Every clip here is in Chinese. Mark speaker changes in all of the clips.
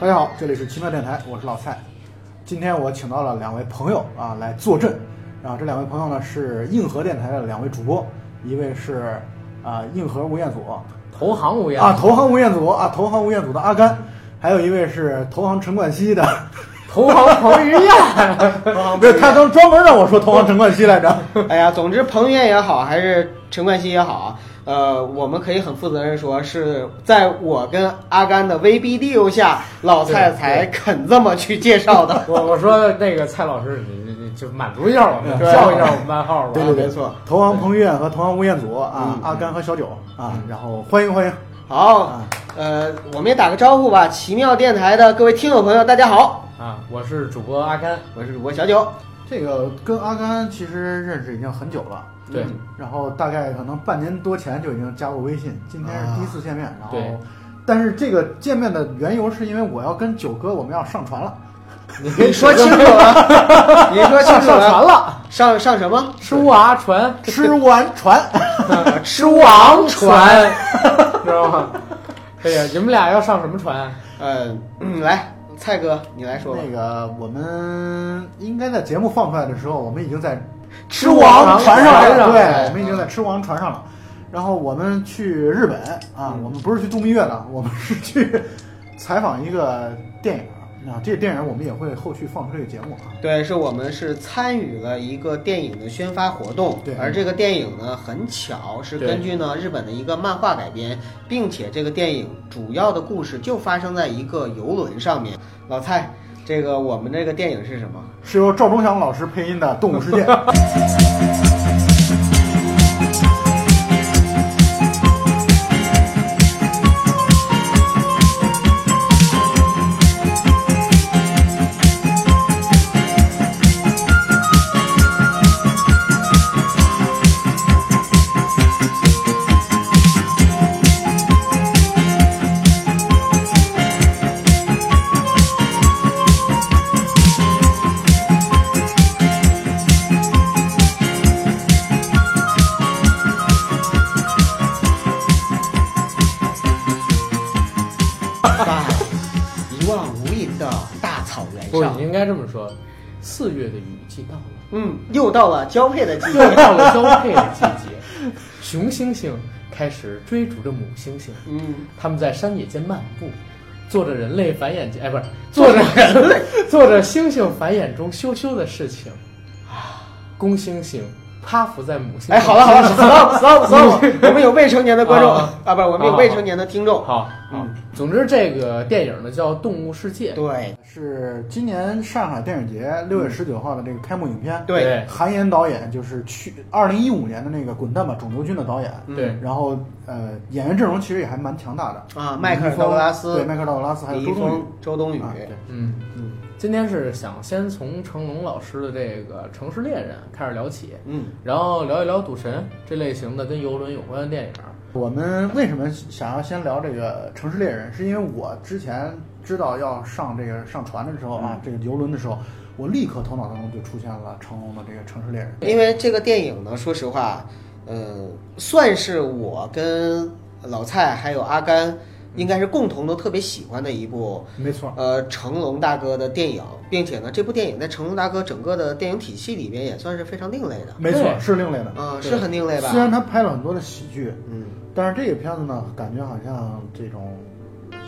Speaker 1: 大家好，这里是奇妙电台，我是老蔡。今天我请到了两位朋友啊来坐镇，啊，这两位朋友呢是硬核电台的两位主播，一位是啊硬核吴彦祖
Speaker 2: 投行无恙
Speaker 1: 啊投行吴彦祖啊投行吴彦祖的阿甘，还有一位是投行陈冠希的，
Speaker 2: 投行 彭于晏，
Speaker 1: 不是他都专门让我说投行陈冠希来着。
Speaker 3: 哎呀，总之彭于晏也好，还是陈冠希也好啊，呃，我们可以很负责任说，是在我跟阿甘的威逼利诱下，老蔡才肯这么去介 绍的。
Speaker 2: 我我说那个蔡老师，你你就满足一下我们，
Speaker 1: 对
Speaker 2: 叫一下我们班号吧。
Speaker 1: 对对对，
Speaker 3: 没错。
Speaker 1: 投行彭于晏和投行吴彦祖啊，阿甘和小九啊，然后欢迎欢迎。
Speaker 3: 好
Speaker 1: 啊，
Speaker 3: 呃，我们也打个招呼吧，奇妙电台的各位听友朋友，大家好，
Speaker 2: 啊，我是主播阿甘。
Speaker 3: 我是主播小九。
Speaker 1: 这个跟阿甘其实认识已经很久了，
Speaker 2: 对
Speaker 3: 嗯
Speaker 1: 然后大概可能半年多前就已经加过微信，今天是第一次见面，然
Speaker 2: 对
Speaker 1: 后，但是这个见面的缘由是因为我要跟九哥我们要上船了，
Speaker 3: 你说清楚了， 你说清
Speaker 2: 上
Speaker 3: 楚
Speaker 2: 上船
Speaker 3: 了，
Speaker 2: 了，
Speaker 3: 上上什么？
Speaker 2: 吃乌娃船，
Speaker 1: 吃完船，
Speaker 2: 吃王船，知道吗？哎呀，你们俩要上什么啊船？
Speaker 3: 呃，嗯来，蔡哥，你来说吧。
Speaker 1: 那个我们应该在节目放出来的时候，我们已经在
Speaker 2: 吃
Speaker 1: 王
Speaker 2: 王
Speaker 1: 船上
Speaker 2: 船
Speaker 1: 了，
Speaker 2: 上
Speaker 1: 对
Speaker 3: 了，
Speaker 1: 我们已经在吃王船上了。然后我们去日本啊，我们不是去度蜜月的，我们是去采访一个电影啊。这个电影我们也会后续放出这个节目啊。
Speaker 3: 对，是我们是参与了一个电影的宣发活动，
Speaker 1: 对
Speaker 3: 而这个电影呢，很巧是
Speaker 2: 对
Speaker 3: 根据呢日本的一个漫画改编，并且这个电影主要的故事就发生在一个游轮上面。老蔡，这个我们这个电影是什么？
Speaker 1: 是由赵忠祥老师配音的《动物世界》。
Speaker 3: 在一望无垠的大草原
Speaker 2: 不，
Speaker 3: 上
Speaker 2: 你，应该这么说，四月的雨季到了，
Speaker 3: 嗯，又到了交配的季
Speaker 2: 又
Speaker 3: 节，
Speaker 2: 到了交配的季 节，雄猩猩开始追逐着母猩猩。
Speaker 3: 嗯，
Speaker 2: 他们在山野间漫步，做着人类繁衍间，哎，不是做着人类， 做着猩猩繁衍中羞羞的事情。啊公猩猩趴伏在母猩猩，
Speaker 3: 啊哎，好了好了，stop stop stop，我们有未成年的观众
Speaker 2: 啊
Speaker 3: 啊，不是，我们有未成年的听众，
Speaker 2: 好，好，
Speaker 3: 嗯
Speaker 2: 总之这个电影呢叫《动物世界》，
Speaker 3: 对
Speaker 1: 是今年上海电影节六月十九号的这个开幕影片，
Speaker 3: 对，
Speaker 1: 韩延导演就是去二零一五年的那个《滚蛋吧肿瘤君》的导演。
Speaker 2: 对，
Speaker 1: 然后呃，演员阵容其实也还蛮强大的，
Speaker 3: 啊，迈克尔道格拉斯
Speaker 1: 对，，迈克尔道格拉斯还有
Speaker 3: 李
Speaker 1: 周
Speaker 3: 易
Speaker 1: 冬雨
Speaker 3: 峰，、周冬雨，
Speaker 1: 啊对
Speaker 2: 嗯
Speaker 3: 嗯。
Speaker 2: 今天是想先从成龙老师的这个《城市猎人》开始聊起，
Speaker 3: 嗯，
Speaker 2: 然后聊一聊《赌神》这类型的跟游轮有关的电影。
Speaker 1: 我们为什么想要先聊这个《城市猎人》？是因为我之前知道要上这个上船的时候
Speaker 3: 嗯
Speaker 1: 啊，这个游轮的时候，我立刻头脑当中就出现了成龙的这个《城市猎人》。
Speaker 3: 因为这个电影呢，说实话，呃，算是我跟老蔡还有阿甘，应该是共同都特别喜欢的一部
Speaker 1: 没错，
Speaker 3: 呃成龙大哥的电影，并且呢，这部电影在成龙大哥整个的电影体系里边也算是非常另类的，
Speaker 1: 没错，
Speaker 2: 对
Speaker 1: 是另类的。
Speaker 3: 嗯、
Speaker 2: 对
Speaker 3: 是很另类吧？
Speaker 1: 虽然他拍了很多的喜剧，
Speaker 3: 嗯，
Speaker 1: 但是这个片子呢，感觉好像这种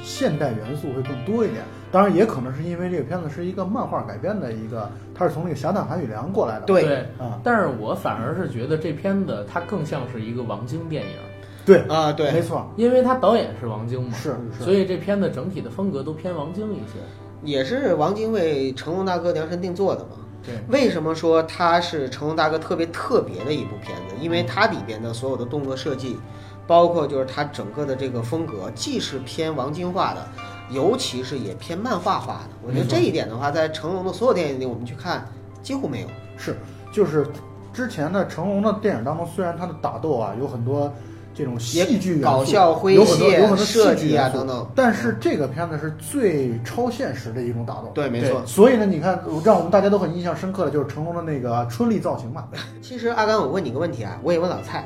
Speaker 1: 现代元素会更多一点。当然，也可能是因为这个片子是一个漫画改编的一个，它是从那个《侠胆韩语良》过来的。
Speaker 3: 对
Speaker 1: 啊，
Speaker 2: 但是我反而是觉得这片子它更像是一个王晶电影，
Speaker 1: 对，
Speaker 3: 啊、对，
Speaker 1: 没错，
Speaker 2: 因为他导演是王晶嘛，
Speaker 1: 是是。
Speaker 2: 所以这片子整体的风格都偏王晶一些。
Speaker 3: 也是王晶为成龙大哥量身定做的嘛。
Speaker 2: 对，
Speaker 3: 为什么说它是成龙大哥特别特别的一部片子？因为它里边的所有的动作设计，包括就是它整个的这个风格，既是偏王晶化的，尤其是也偏漫画化的。我觉得这一点的话，在成龙的所有电影里，我们去看几乎没有。
Speaker 1: 是，就是之前的成龙的电影当中，虽然他的打斗啊有很多这种戏剧元素
Speaker 3: 搞笑诙
Speaker 1: 有很多有很多
Speaker 3: 谐、设
Speaker 1: 戏剧
Speaker 3: 计啊
Speaker 1: 元素
Speaker 3: 等等。
Speaker 1: 但是这个片子是最超现实的一种打斗。
Speaker 3: 对，没
Speaker 2: 对
Speaker 3: 错。
Speaker 1: 所以呢，你看，让我们大家都很印象深刻的就是成龙的那个春丽造型嘛，
Speaker 3: 其实阿甘，我问你个问题啊，我也问老蔡，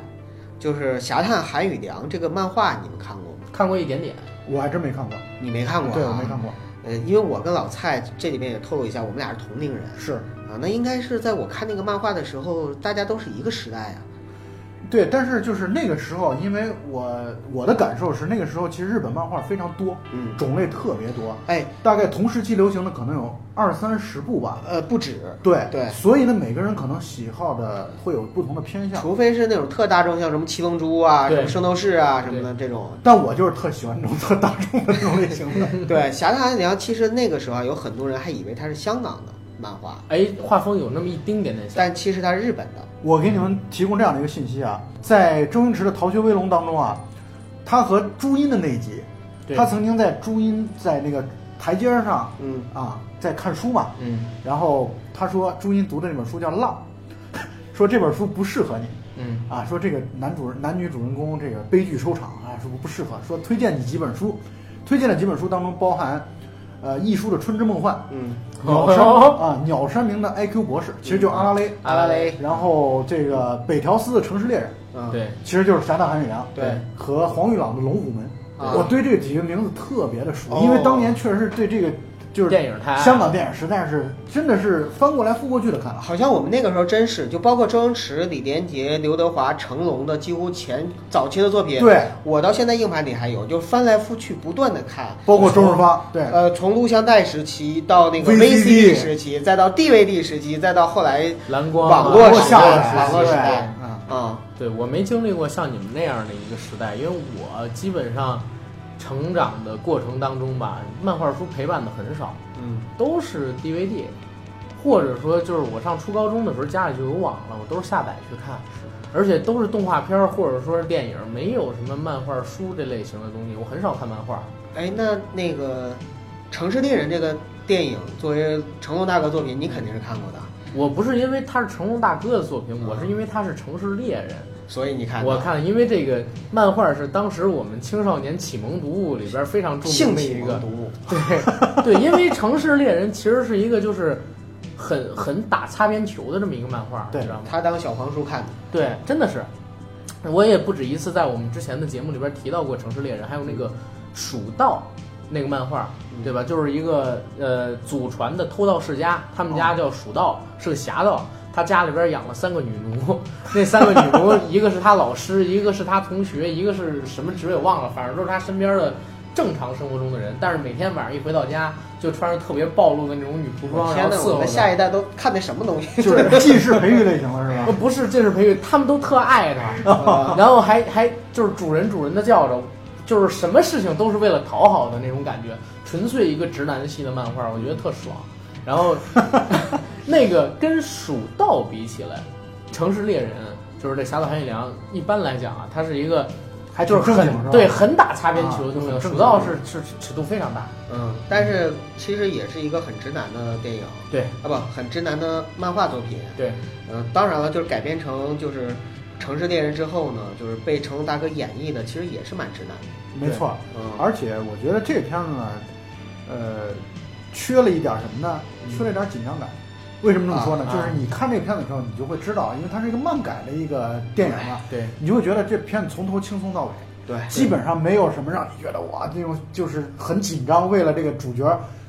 Speaker 3: 就是《侠探韩雨良》这个漫画你们看过吗？
Speaker 2: 看过一点点，
Speaker 1: 我还真没看过，
Speaker 3: 你没看过、啊？
Speaker 1: 对我没看过。
Speaker 3: 呃，因为我跟老蔡这里面也透露一下，我们俩是同龄人
Speaker 1: 是
Speaker 3: 啊，那应该是在我看那个漫画的时候，大家都是一个时代啊。
Speaker 1: 对，但是就是那个时候，因为我我的感受是，那个时候其实日本漫画非常多，
Speaker 3: 嗯，
Speaker 1: 种类特别多，
Speaker 3: 哎，
Speaker 1: 大概同时期流行的可能有二三十部吧。
Speaker 3: 呃，不止，
Speaker 1: 对
Speaker 3: 对
Speaker 1: 所以呢，每个人可能喜好的会有不同的偏向，
Speaker 3: 除非是那种特大众，像什么七龙珠啊、
Speaker 2: 对
Speaker 3: 什么圣斗士啊什么的这种。
Speaker 1: 但我就是特喜欢这种特大众的这种类型的。
Speaker 3: 对，《侠盗阿良》其实那个时候啊有很多人还以为它是香港的漫画，
Speaker 2: 哎，画风有那么一丁点点像，
Speaker 3: 但其实它是日本的。嗯
Speaker 1: 我给你们提供这样的一个信息啊，在周星驰的《逃学威龙》当中啊，他和朱茵的那一集，
Speaker 2: 对
Speaker 1: 他曾经在朱茵在那个台阶上
Speaker 3: 嗯，
Speaker 1: 啊，在看书嘛，
Speaker 2: 嗯
Speaker 1: 然后他说朱茵读的那本书叫《浪》， 说这本书不适合你
Speaker 2: 嗯，
Speaker 1: 啊，说这个男主人男女主人公这个悲剧收场啊，说不适合，说推荐你几本书，推荐的几本书当中包含，呃，一书的《春之梦幻》，
Speaker 3: 嗯，
Speaker 1: 鸟山
Speaker 2: 哦
Speaker 1: 啊鸟山明的 IQ 博士，其实就是阿拉蕾，
Speaker 3: 阿拉蕾
Speaker 1: 然后这个北条司的《城市猎人》。
Speaker 3: 嗯，
Speaker 2: 对，
Speaker 1: 其实就是《侠盗韩雪阳》
Speaker 3: 对
Speaker 1: 和黄玉郎的《龙虎门》
Speaker 3: 啊
Speaker 1: 我对这几个名字特别的熟，
Speaker 3: 哦
Speaker 1: 因为当年确实是对这个就是
Speaker 2: 电影太爱了
Speaker 1: 香港电影实在是真的是翻过来覆过去的看 了。
Speaker 3: 好像我们那个时候真是，就包括周星驰、李连杰、刘德华、成龙的几乎前早期的作品，
Speaker 1: 对
Speaker 3: 我到现在硬盘里还有，就翻来覆去不断的看，
Speaker 1: 包括周润发，对，
Speaker 3: 呃，从录像带时期到那个
Speaker 1: VCD
Speaker 3: 时期，再到 DVD 时期，再到后来
Speaker 2: 蓝光啊
Speaker 3: 网
Speaker 1: 网
Speaker 3: 络
Speaker 1: 络
Speaker 3: 时
Speaker 1: 下
Speaker 3: 代，
Speaker 1: 来
Speaker 3: 网络时代
Speaker 1: 对，嗯
Speaker 3: 啊，
Speaker 2: 对我没经历过像你们那样的一个时代，因为我基本上成长的过程当中吧，漫画书陪伴的很少，
Speaker 3: 嗯，
Speaker 2: 都是 DVD，或者说就是我上初高中的时候家里就有网了，我都是下载去看，而且都是动画片儿或者说是电影，没有什么漫画书这类型的东西，我很少看漫画。
Speaker 3: 哎，那那个《城市猎人》这个电影，作为成龙大哥作品，你肯定是看过的，
Speaker 2: 我不是因为他是成龙大哥的作品，我是因为他是《城市猎人》。
Speaker 3: 所以你看，
Speaker 2: 我看，因为这个漫画是当时我们青少年启蒙读物里边非常著
Speaker 3: 性
Speaker 2: 名的
Speaker 3: 启
Speaker 2: 一
Speaker 3: 蒙
Speaker 2: 个
Speaker 3: 读，物，
Speaker 2: 对对，因为《城市猎人》其实是一个就是很很打擦边球的这么一个漫画，
Speaker 1: 对
Speaker 2: 你知道吗？
Speaker 3: 他当小黄书看的，
Speaker 2: 对，真的是，我也不止一次在我们之前的节目里边提到过《城市猎人》，还有那个《蜀道》那个漫画，
Speaker 3: 嗯
Speaker 2: 对吧？就是一个呃祖传的偷盗世家，他们
Speaker 3: 嗯
Speaker 2: 家叫蜀道，是个侠盗。他家里边养了三个女奴， 那三个女 奴一个是他老师，一个是他同学，一个是什么职位忘了，反正都是他身边的正常生活中的人。但是每天晚上一回到家，就穿着特别暴露的那种女仆装，然
Speaker 3: 天
Speaker 2: 后
Speaker 3: 哪，
Speaker 2: 伺
Speaker 3: 我
Speaker 2: 候着
Speaker 3: 们下一代都看的什么东西？
Speaker 1: 就是记事培育类型了，是
Speaker 2: 呃，
Speaker 1: 吧？
Speaker 2: 不是，这是培育，他们都特爱 他
Speaker 3: 啊，
Speaker 2: 然后还还就是主人主人的叫着，就是什么事情都是为了讨好的那种感觉，纯粹一个直男系的漫画，我觉得特爽。然 后那个跟《蜀道》比起来，《城市猎人》就是这《侠盗韩雪良》，一般来讲啊，它是一个
Speaker 1: 还挺
Speaker 2: 就是
Speaker 1: 正
Speaker 2: 很
Speaker 1: 经是吧？
Speaker 2: 对很打擦边球的东西，
Speaker 1: 啊很正
Speaker 2: 蜀
Speaker 1: 经
Speaker 2: 道》是是是尺度非常大，
Speaker 3: 嗯，但是其实也是一个很直男的电影啊，
Speaker 2: 对
Speaker 3: 不，很直男的漫画作品。
Speaker 2: 对
Speaker 3: 嗯，当然了，就是改编成就是《城市猎人》之后呢，就是被成龙大哥演绎的，其实也是蛮直男的。
Speaker 1: 没错。
Speaker 3: 嗯，
Speaker 1: 而且我觉得这个片子呢，呃，缺了一点什么呢？缺了一点紧张感。为什么这么说呢？
Speaker 3: 嗯啊
Speaker 1: 就是你看这个片子的时候，你就会知道，因为它是一个漫改的一个电影嘛，
Speaker 2: 对
Speaker 1: 你就会觉得这片子从头轻松到尾。
Speaker 3: 对，
Speaker 2: 哎
Speaker 1: 基本上没有什么让你觉得哇那种就是很紧张，为了这个主角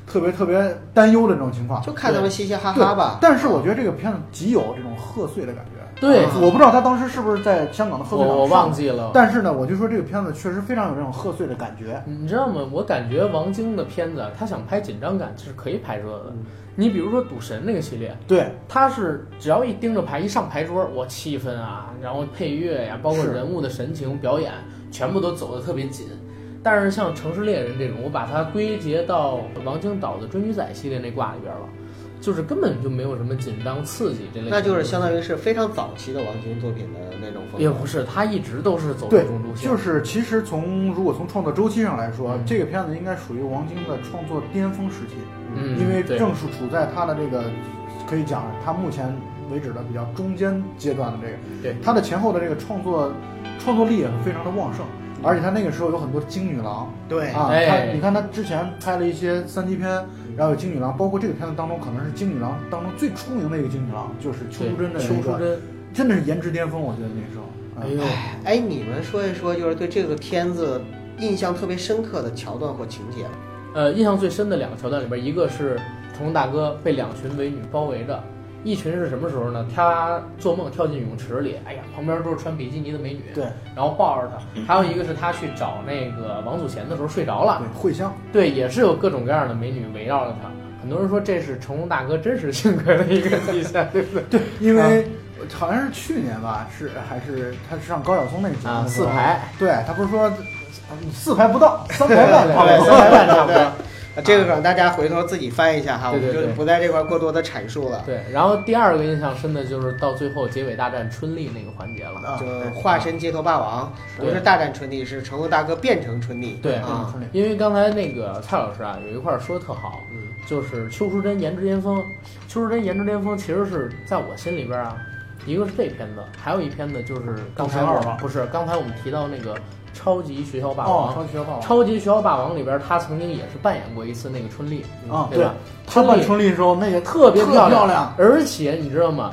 Speaker 1: 特别特别担忧的这种情况。
Speaker 3: 就看他们嘻嘻哈
Speaker 1: 对
Speaker 3: 哈吧。
Speaker 1: 但是我觉得这个片子极有这种贺岁的感觉。
Speaker 2: 对，
Speaker 3: 啊
Speaker 1: 我不知道他当时是不是在香港的贺
Speaker 2: 嗯我
Speaker 1: 岁档
Speaker 2: 我
Speaker 1: 上
Speaker 2: 忘记了，
Speaker 1: 但是呢，我就说这个片子确实非常有这种贺岁的感觉。
Speaker 2: 你知道吗？我感觉王晶的片子啊，他想拍紧张感是可以拍摄的。
Speaker 1: 嗯
Speaker 2: 你比如说《赌神》那个系列，
Speaker 1: 对，
Speaker 2: 他是只要一盯着牌，一上牌桌，我气氛啊，然后配乐呀、包括
Speaker 1: 是
Speaker 2: 人物的神情、表演，全部都走得特别紧。但是像《城市猎人》这种，我把它归结到王晶导的《追女仔》系列那挂里边了，就是根本就没有什么紧张刺激这类。
Speaker 3: 那就是相当于是非常早期的王晶作品的那种风格。
Speaker 2: 也不是，他一直都是走这
Speaker 1: 对
Speaker 2: 种路，线，
Speaker 1: 就是其实从如果从创作周期上来说，
Speaker 2: 嗯
Speaker 1: 这个片子应该属于王晶的创作巅峰时期，
Speaker 2: 嗯，
Speaker 1: 因为
Speaker 2: 对
Speaker 1: 正是处在他的这个可以讲他目前为止的比较中间阶段的这个，
Speaker 2: 对
Speaker 1: 他的前后的这个创作创作力也是非常的旺盛，而且他那个时候有很多金女郎
Speaker 3: 对
Speaker 1: 啊，
Speaker 2: 哎
Speaker 1: 他你看他之前拍了一些三级片，然后有金女郎，包括这个片子当中可能是金女郎当中最出名的一个金女郎就是邱
Speaker 2: 对
Speaker 1: 淑贞的
Speaker 2: 邱
Speaker 1: 那
Speaker 2: 淑
Speaker 1: 个，
Speaker 2: 贞，
Speaker 1: 真的是颜值巅峰，我觉得那时候。啊
Speaker 2: 哎呦，
Speaker 3: 哎，你们说一说，就是对这个片子印象特别深刻的桥段或情节吧。
Speaker 2: 呃，印象最深的两个桥段里边，一个是成龙大哥被两群美女包围着，一群是什么时候呢？他做梦跳进泳池里，哎呀，旁边都是穿比基尼的美女，
Speaker 1: 对，
Speaker 2: 然后抱着他。还有一个是他去找那个王祖贤的时候睡着了，
Speaker 1: 对，会香，
Speaker 2: 对，也是有各种各样的美女围绕着他。很多人说这是成龙大哥真实性格的一个体现，对不对？
Speaker 1: 对，因
Speaker 2: 啊
Speaker 1: 为好像是去年吧，是还是他上高晓松那个节目
Speaker 2: 啊，
Speaker 1: 的时候
Speaker 2: 四，排，
Speaker 1: 对他不是说呃四排不到，三 排半
Speaker 3: 对
Speaker 1: 两排
Speaker 3: 对，三
Speaker 1: 半
Speaker 3: 百万
Speaker 2: 差不多
Speaker 3: 对。啊这个梗大家回头自己翻一下哈，我
Speaker 2: 对对
Speaker 3: 们就
Speaker 2: 对
Speaker 3: 不在这块过多的阐述了。
Speaker 2: 对。然后第二个印象深的就是到最后结尾大战春丽那个环节了，
Speaker 1: 啊，
Speaker 3: 就
Speaker 1: 对
Speaker 3: 化身街头霸王，不是大战春丽，是成龙大哥变成春丽。
Speaker 2: 对嗯
Speaker 3: 啊，
Speaker 1: 春丽
Speaker 2: 因为刚才那个蔡老师啊，有一块儿说得特好，
Speaker 1: 嗯
Speaker 2: 就是邱淑贞颜值巅峰。邱淑贞颜值巅峰其实是在我心里边啊，一个是这片子，还有一片子就是刚才
Speaker 1: 斗
Speaker 2: 我
Speaker 1: 神二吧
Speaker 2: 不是刚才我们提到那个《超级学校霸
Speaker 1: 哦，
Speaker 2: 王》
Speaker 1: 超级学霸王，
Speaker 2: 超级学校霸王》里边，他曾经也是扮演过一次那个春丽，
Speaker 1: 啊，
Speaker 2: 对
Speaker 1: 对
Speaker 2: 吧，
Speaker 1: 他
Speaker 2: 春
Speaker 1: 扮
Speaker 2: 丽
Speaker 1: 春丽的时候那也
Speaker 2: 特别
Speaker 1: 特漂
Speaker 2: 亮，
Speaker 1: 亮
Speaker 2: 而且你知道吗？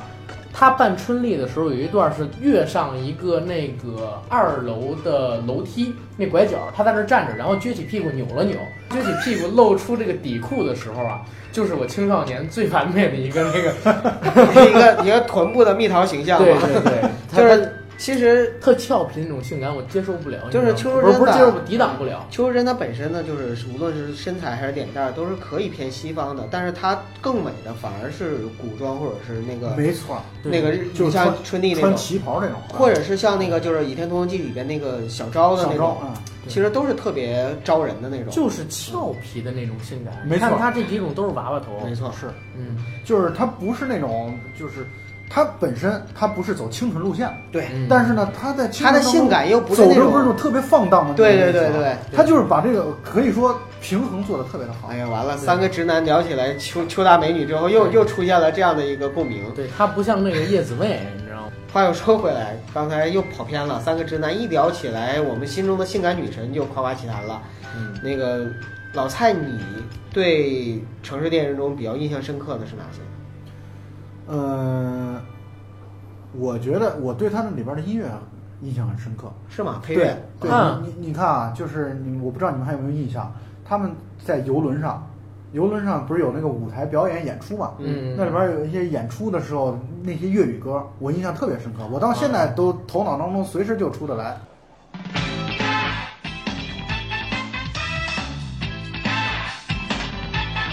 Speaker 2: 他扮春丽的时候，有一段是跃上一个那个二楼的楼梯那拐角，他在那儿站着，然后撅起屁股扭了扭，撅起屁股露出这个底裤的时候啊，就是我青少年最完美的一个那个，
Speaker 3: 是一个一个臀部的蜜桃形象
Speaker 2: 对
Speaker 3: 嘛，
Speaker 2: 对对， 他
Speaker 3: 就是其实
Speaker 2: 他特俏皮那种性感，我接受不了，
Speaker 3: 就
Speaker 2: 你
Speaker 3: 是
Speaker 2: 知
Speaker 3: 邱
Speaker 2: 道
Speaker 3: 淑
Speaker 2: 吗不是
Speaker 3: 贞
Speaker 2: 不是
Speaker 3: 的
Speaker 2: 接受不抵挡不了，
Speaker 3: 邱淑贞她本身呢，就是无论是身材还是脸蛋儿，都是可以偏西方的，但是她更美的反而是古装或者是那个
Speaker 1: 没错，
Speaker 2: 对
Speaker 3: 那个日
Speaker 1: 就是
Speaker 3: 像
Speaker 1: 穿
Speaker 3: 春丽那
Speaker 1: 穿
Speaker 3: 种，啊
Speaker 1: 旗袍那种，
Speaker 3: 或者是像那个就是《倚天屠龙记》里边那个小昭的
Speaker 1: 小
Speaker 3: 那
Speaker 1: 昭
Speaker 3: 种，
Speaker 1: 啊，
Speaker 3: 其实都是特别招人的那种。
Speaker 2: 就是俏皮的那种性感。
Speaker 1: 没错
Speaker 2: 你看他这几种都是娃娃头，
Speaker 3: 没错，
Speaker 1: 是，
Speaker 2: 嗯，
Speaker 1: 就是他不是那种就是。他本身他不是走清纯路线，
Speaker 3: 对，
Speaker 2: 嗯
Speaker 1: 但是呢，他在清
Speaker 3: 她的
Speaker 1: 纯当中
Speaker 3: 性感又不是
Speaker 1: 走
Speaker 3: 那
Speaker 1: 的不是那
Speaker 3: 种
Speaker 1: 种。特别放荡的那种
Speaker 3: 对
Speaker 1: 类
Speaker 3: 对
Speaker 1: 型，
Speaker 3: 对对，
Speaker 1: 他就是把这个可以说平衡做的特别的好
Speaker 3: 哎。呀，完了，三个直男聊起来邱邱大美女之后，又又出现了这样的一个共鸣。
Speaker 2: 对他不像那个叶子妹，你知道吗？
Speaker 3: 话又说回来，刚才又跑偏了。三个直男一聊起来，我们心中的性感女神就夸夸其谈了。
Speaker 2: 嗯，
Speaker 3: 那个老蔡，你对城市电影中比较印象深刻的是哪些？
Speaker 1: 嗯，我觉得我对他那里边的音乐啊印象很深刻。
Speaker 3: 是吗？配
Speaker 1: 啊对
Speaker 3: 乐，
Speaker 1: 对，
Speaker 2: 嗯
Speaker 1: 你你看啊，就是你，我不知道你们还有没有印象，他们在游轮上，游轮上不是有那个舞台表演演出嘛？
Speaker 2: 嗯
Speaker 1: 那里边有一些演出的时候，那些粤语歌，我印象特别深刻，我到现在
Speaker 2: 啊
Speaker 1: 都头脑当中随时就出得来。
Speaker 4: 咁高啦，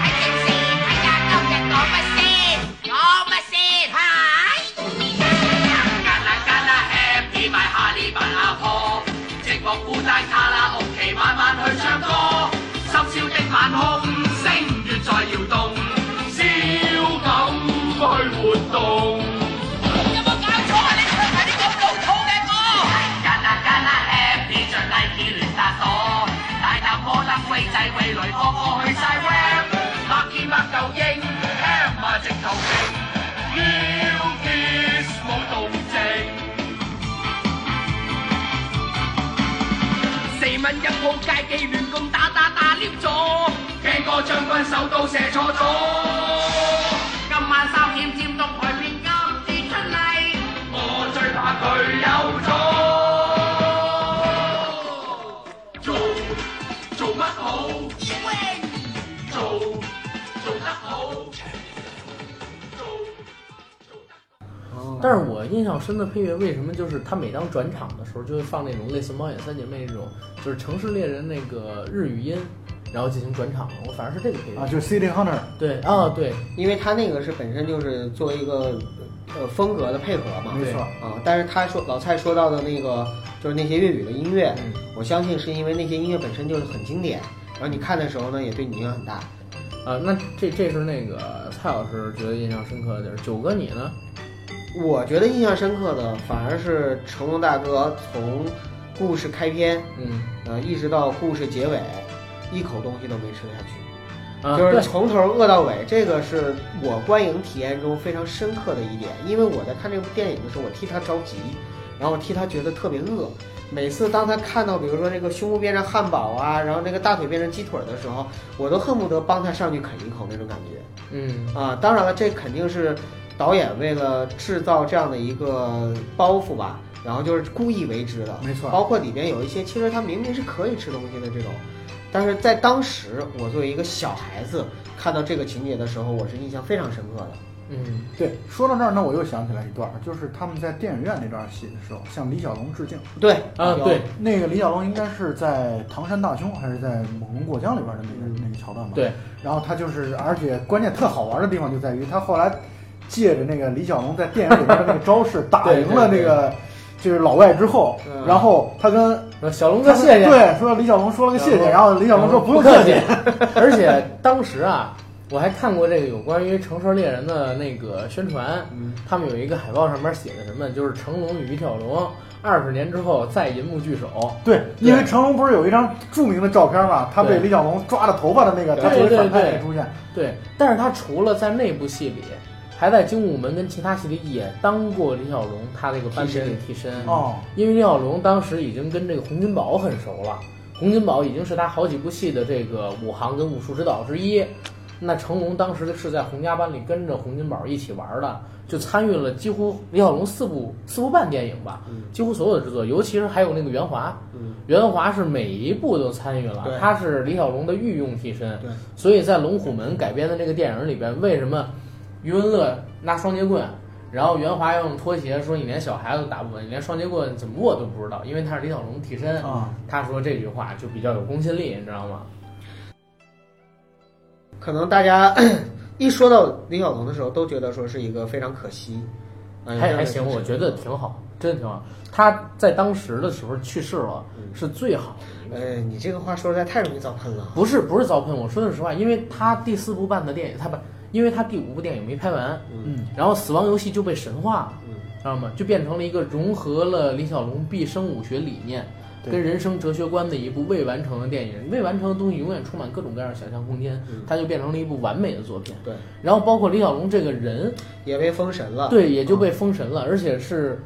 Speaker 4: 睇定先，睇下今日講乜先，講乜先，係。
Speaker 5: 格啦格啦 happy 埋下呢班阿婆，寂寞孤單卡拉 OK 晚晚去唱歌，深宵的晚空，星月在搖動，燒感去活動。
Speaker 4: 有冇搞錯啊？你唱埋啲咁老土嘅歌，
Speaker 5: 格啦格啦 happy 着 Nike 亂搭朵，大啖摩登威仔威女個個去晒 rap，百見百夠英 ham 啊直頭勁 new kiss 冇動靜。四蚊一鋪街記亂咁打打打黏咗，驚個將軍手刀射錯咗。今晚三點尖東台面金字出嚟，我最怕佢有咗。做做乜好？
Speaker 4: 葉榮
Speaker 5: 做做得好。做做得好
Speaker 3: 哦
Speaker 2: 但是我印象深的配乐，为什么就是他每当转场的时候就会放那种类似《猫眼三姐妹》这种，就是《城市猎人》那个日语音，然后进行转场。我反而是这个配乐。
Speaker 1: 啊，就是 City Hunter，
Speaker 2: 对啊，对，
Speaker 3: 因为他那个是本身就是做一个呃风格的配合嘛。
Speaker 1: 没错，
Speaker 3: 啊，但是他说老蔡说到的那个就是那些粤语的音乐，
Speaker 2: 嗯
Speaker 3: 我相信是因为那些音乐本身就是很经典，然后你看的时候呢也对你影响很大。
Speaker 2: 啊，那这这是那个蔡老师觉得印象深刻的地儿。九哥你呢？
Speaker 3: 我觉得印象深刻的反而是成龙大哥从故事开篇，
Speaker 2: 嗯，
Speaker 3: 呃，一直到故事结尾，一口东西都没吃下去，
Speaker 2: 啊，
Speaker 3: 就
Speaker 2: 对
Speaker 3: 是从头饿到尾，这个是我观影体验中非常深刻的一点。因为我在看这部电影的时候，我替他着急，然后我替他觉得特别饿。每次当他看到，比如说这个胸部变成汉堡啊，然后那个大腿变成鸡腿的时候，我都恨不得帮他上去啃一口那种感觉。
Speaker 2: 嗯，
Speaker 3: 啊，当然了，这肯定是导演为了制造这样的一个包袱吧，然后就是故意为之的，
Speaker 1: 没错
Speaker 3: 包括里边有一些，其实它明明是可以吃东西的这种，但是在当时我作为一个小孩子看到这个情节的时候，我是印象非常深刻的。
Speaker 2: 嗯，
Speaker 1: 对，说到这儿呢，我又想起来一段儿，就是他们在电影院那段戏的时候，向李小龙致敬。
Speaker 3: 对
Speaker 2: 啊，对，
Speaker 1: 那个李小龙应该是在《唐山大兄》还是在《猛龙过江》里边的那个那个桥段吧？。
Speaker 2: 嗯对，
Speaker 1: 然后他就是，而且关键特好玩的地方就在于他后来借着那个李小龙在电影里边的那个招 式打赢了那个就是老外之后，
Speaker 3: 嗯
Speaker 1: 然后他跟
Speaker 2: 说小龙哥谢 谢，
Speaker 1: 对说李小龙说了个谢谢，
Speaker 3: 然
Speaker 1: 然后李小龙说
Speaker 2: 嗯不
Speaker 1: 用
Speaker 2: 客
Speaker 1: 气，。
Speaker 2: 而且当时啊，我还看过这个有关于《城市猎人》的那个宣传，
Speaker 1: 嗯
Speaker 2: 他们有一个海报上面写的什么，就是成龙与一条龙二十年之后再银幕聚首。
Speaker 1: 对，因为
Speaker 2: 对
Speaker 1: 成龙不是有一张著名的照片嘛，他被
Speaker 2: 对
Speaker 1: 李小龙抓着头发的那个，
Speaker 2: 对
Speaker 1: 他作为
Speaker 2: 对
Speaker 1: 反派
Speaker 2: 对
Speaker 1: 也出现，
Speaker 2: 对，但是他除了在那部戏里，还在精武门跟其他戏里也当过李小龙他那个班
Speaker 3: 替身
Speaker 2: 人替身。
Speaker 1: 哦，
Speaker 2: 因为李小龙当时已经跟这个洪金宝很熟了，洪金宝已经是他好几部戏的这个武行跟武术指导之一。那成龙当时是在洪家班里跟着洪金宝一起玩的，就参与了几乎李小龙四部四部半电影吧，几乎所有的制作，尤其是还有那个袁华，
Speaker 3: 嗯
Speaker 2: 袁华是每一部都参与了
Speaker 3: 对，
Speaker 2: 他是李小龙的御用替身，
Speaker 3: 对
Speaker 2: 所以在《龙虎门》改编的这个电影里边，为什么余文乐拿双截棍，然后袁华要用拖鞋说你连小孩子都打不稳，你连双截棍怎么握都不知道，因为他是李小龙替身
Speaker 1: 啊
Speaker 2: 他说这句话就比较有公信力，你知道吗？
Speaker 3: 可能大家 一说到李小龙的时候，都觉得说是一个非常可惜，哎
Speaker 2: 还还行，我觉得挺好，真的挺好。他在当时的时候去世了，是最好的。
Speaker 3: 呃，你这个话说出来太容易遭喷了。
Speaker 2: 不是不是遭喷，我说句实话，因为他第四部半的电影，他不，因为他第五部电影没拍完，
Speaker 1: 嗯，
Speaker 2: 然后《死亡游戏》就被神化了，
Speaker 3: 嗯
Speaker 2: 知道吗？就变成了一个融合了李小龙毕生武学理念
Speaker 1: 对
Speaker 2: 跟人生哲学观的一部未完成的电影，未完成的东西永远充满各种各样的想象空间，它就变成了一部完美的作品。
Speaker 3: 对，
Speaker 2: 然后包括李小龙这个人，
Speaker 3: 也被封神了。
Speaker 2: 对，也就被封神了，而且是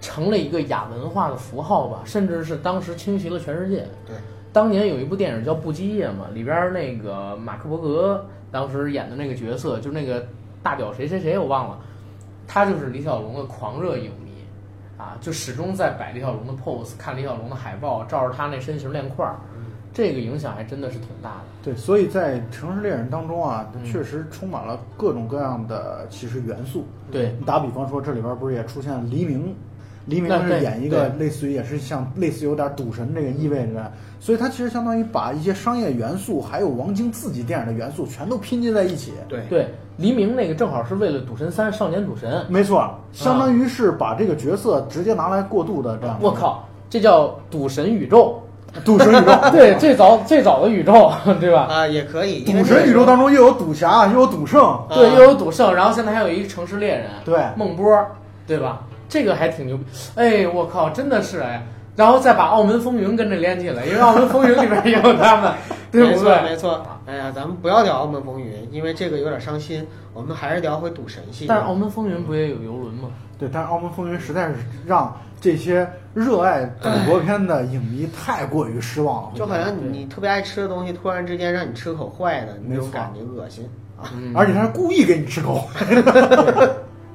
Speaker 2: 成了一个亚文化的符号吧，甚至是当时侵袭了全世界。
Speaker 3: 嗯对，
Speaker 2: 当年有一部电影叫《不羁夜》嘛，里边儿那个马克伯格当时演的那个角色，就那个大屌谁谁谁我忘了，他就是李小龙的狂热影迷啊，就始终在摆李小龙的 pose，看李小龙的海报，照着他那身形练块儿，这个影响还真的是挺大的。
Speaker 1: 对，所以在《城市猎人》当中啊，它
Speaker 2: 嗯
Speaker 1: 确实充满了各种各样的其实元素。
Speaker 2: 对，
Speaker 1: 你打比方说，这里边不是也出现黎明？黎明
Speaker 2: 那
Speaker 1: 是
Speaker 2: 对
Speaker 1: 演一个
Speaker 2: 对
Speaker 1: 类似于也是像类似有点赌神这个意味着，所以它其实相当于把一些商业元素，还有王晶自己电影的元素全都拼接在一起。
Speaker 3: 对
Speaker 2: 对，黎明那个正好是为了《赌神三》少年赌神，
Speaker 1: 没错，
Speaker 2: 嗯
Speaker 1: 相当于是把这个角色直接拿来过渡的这样。
Speaker 2: 我，靠，这叫赌神宇宙。，
Speaker 1: 赌神宇宙
Speaker 2: 对，最早最早的宇宙， 对吧？
Speaker 3: 啊，也可以。因为
Speaker 1: 赌神宇宙当中又有赌侠，又有赌 圣，
Speaker 3: 啊
Speaker 2: 对，又有赌圣，然后现在还有一个城市猎人，
Speaker 1: 对
Speaker 2: 孟波，对吧？这个还挺牛逼。哎，我靠，真的是哎，然后再把澳门风云跟着连起来，因为澳门风云里边也有他 们，对
Speaker 3: 没
Speaker 2: 不
Speaker 3: 错没
Speaker 2: 对？
Speaker 3: 错。哎呀，咱们不要聊澳门风云，因为这个有点伤心。我们还是聊回赌神系列。
Speaker 2: 但是澳门风云不也有游轮吗？
Speaker 1: 对，但是《澳门风云》实在是让这些热爱赌博片的影迷太过于失望了。
Speaker 3: 就好像你特别爱吃的东西，突然之间让你吃口坏的，那种感觉恶心啊！
Speaker 2: 嗯
Speaker 1: 而且他是故意给你吃狗。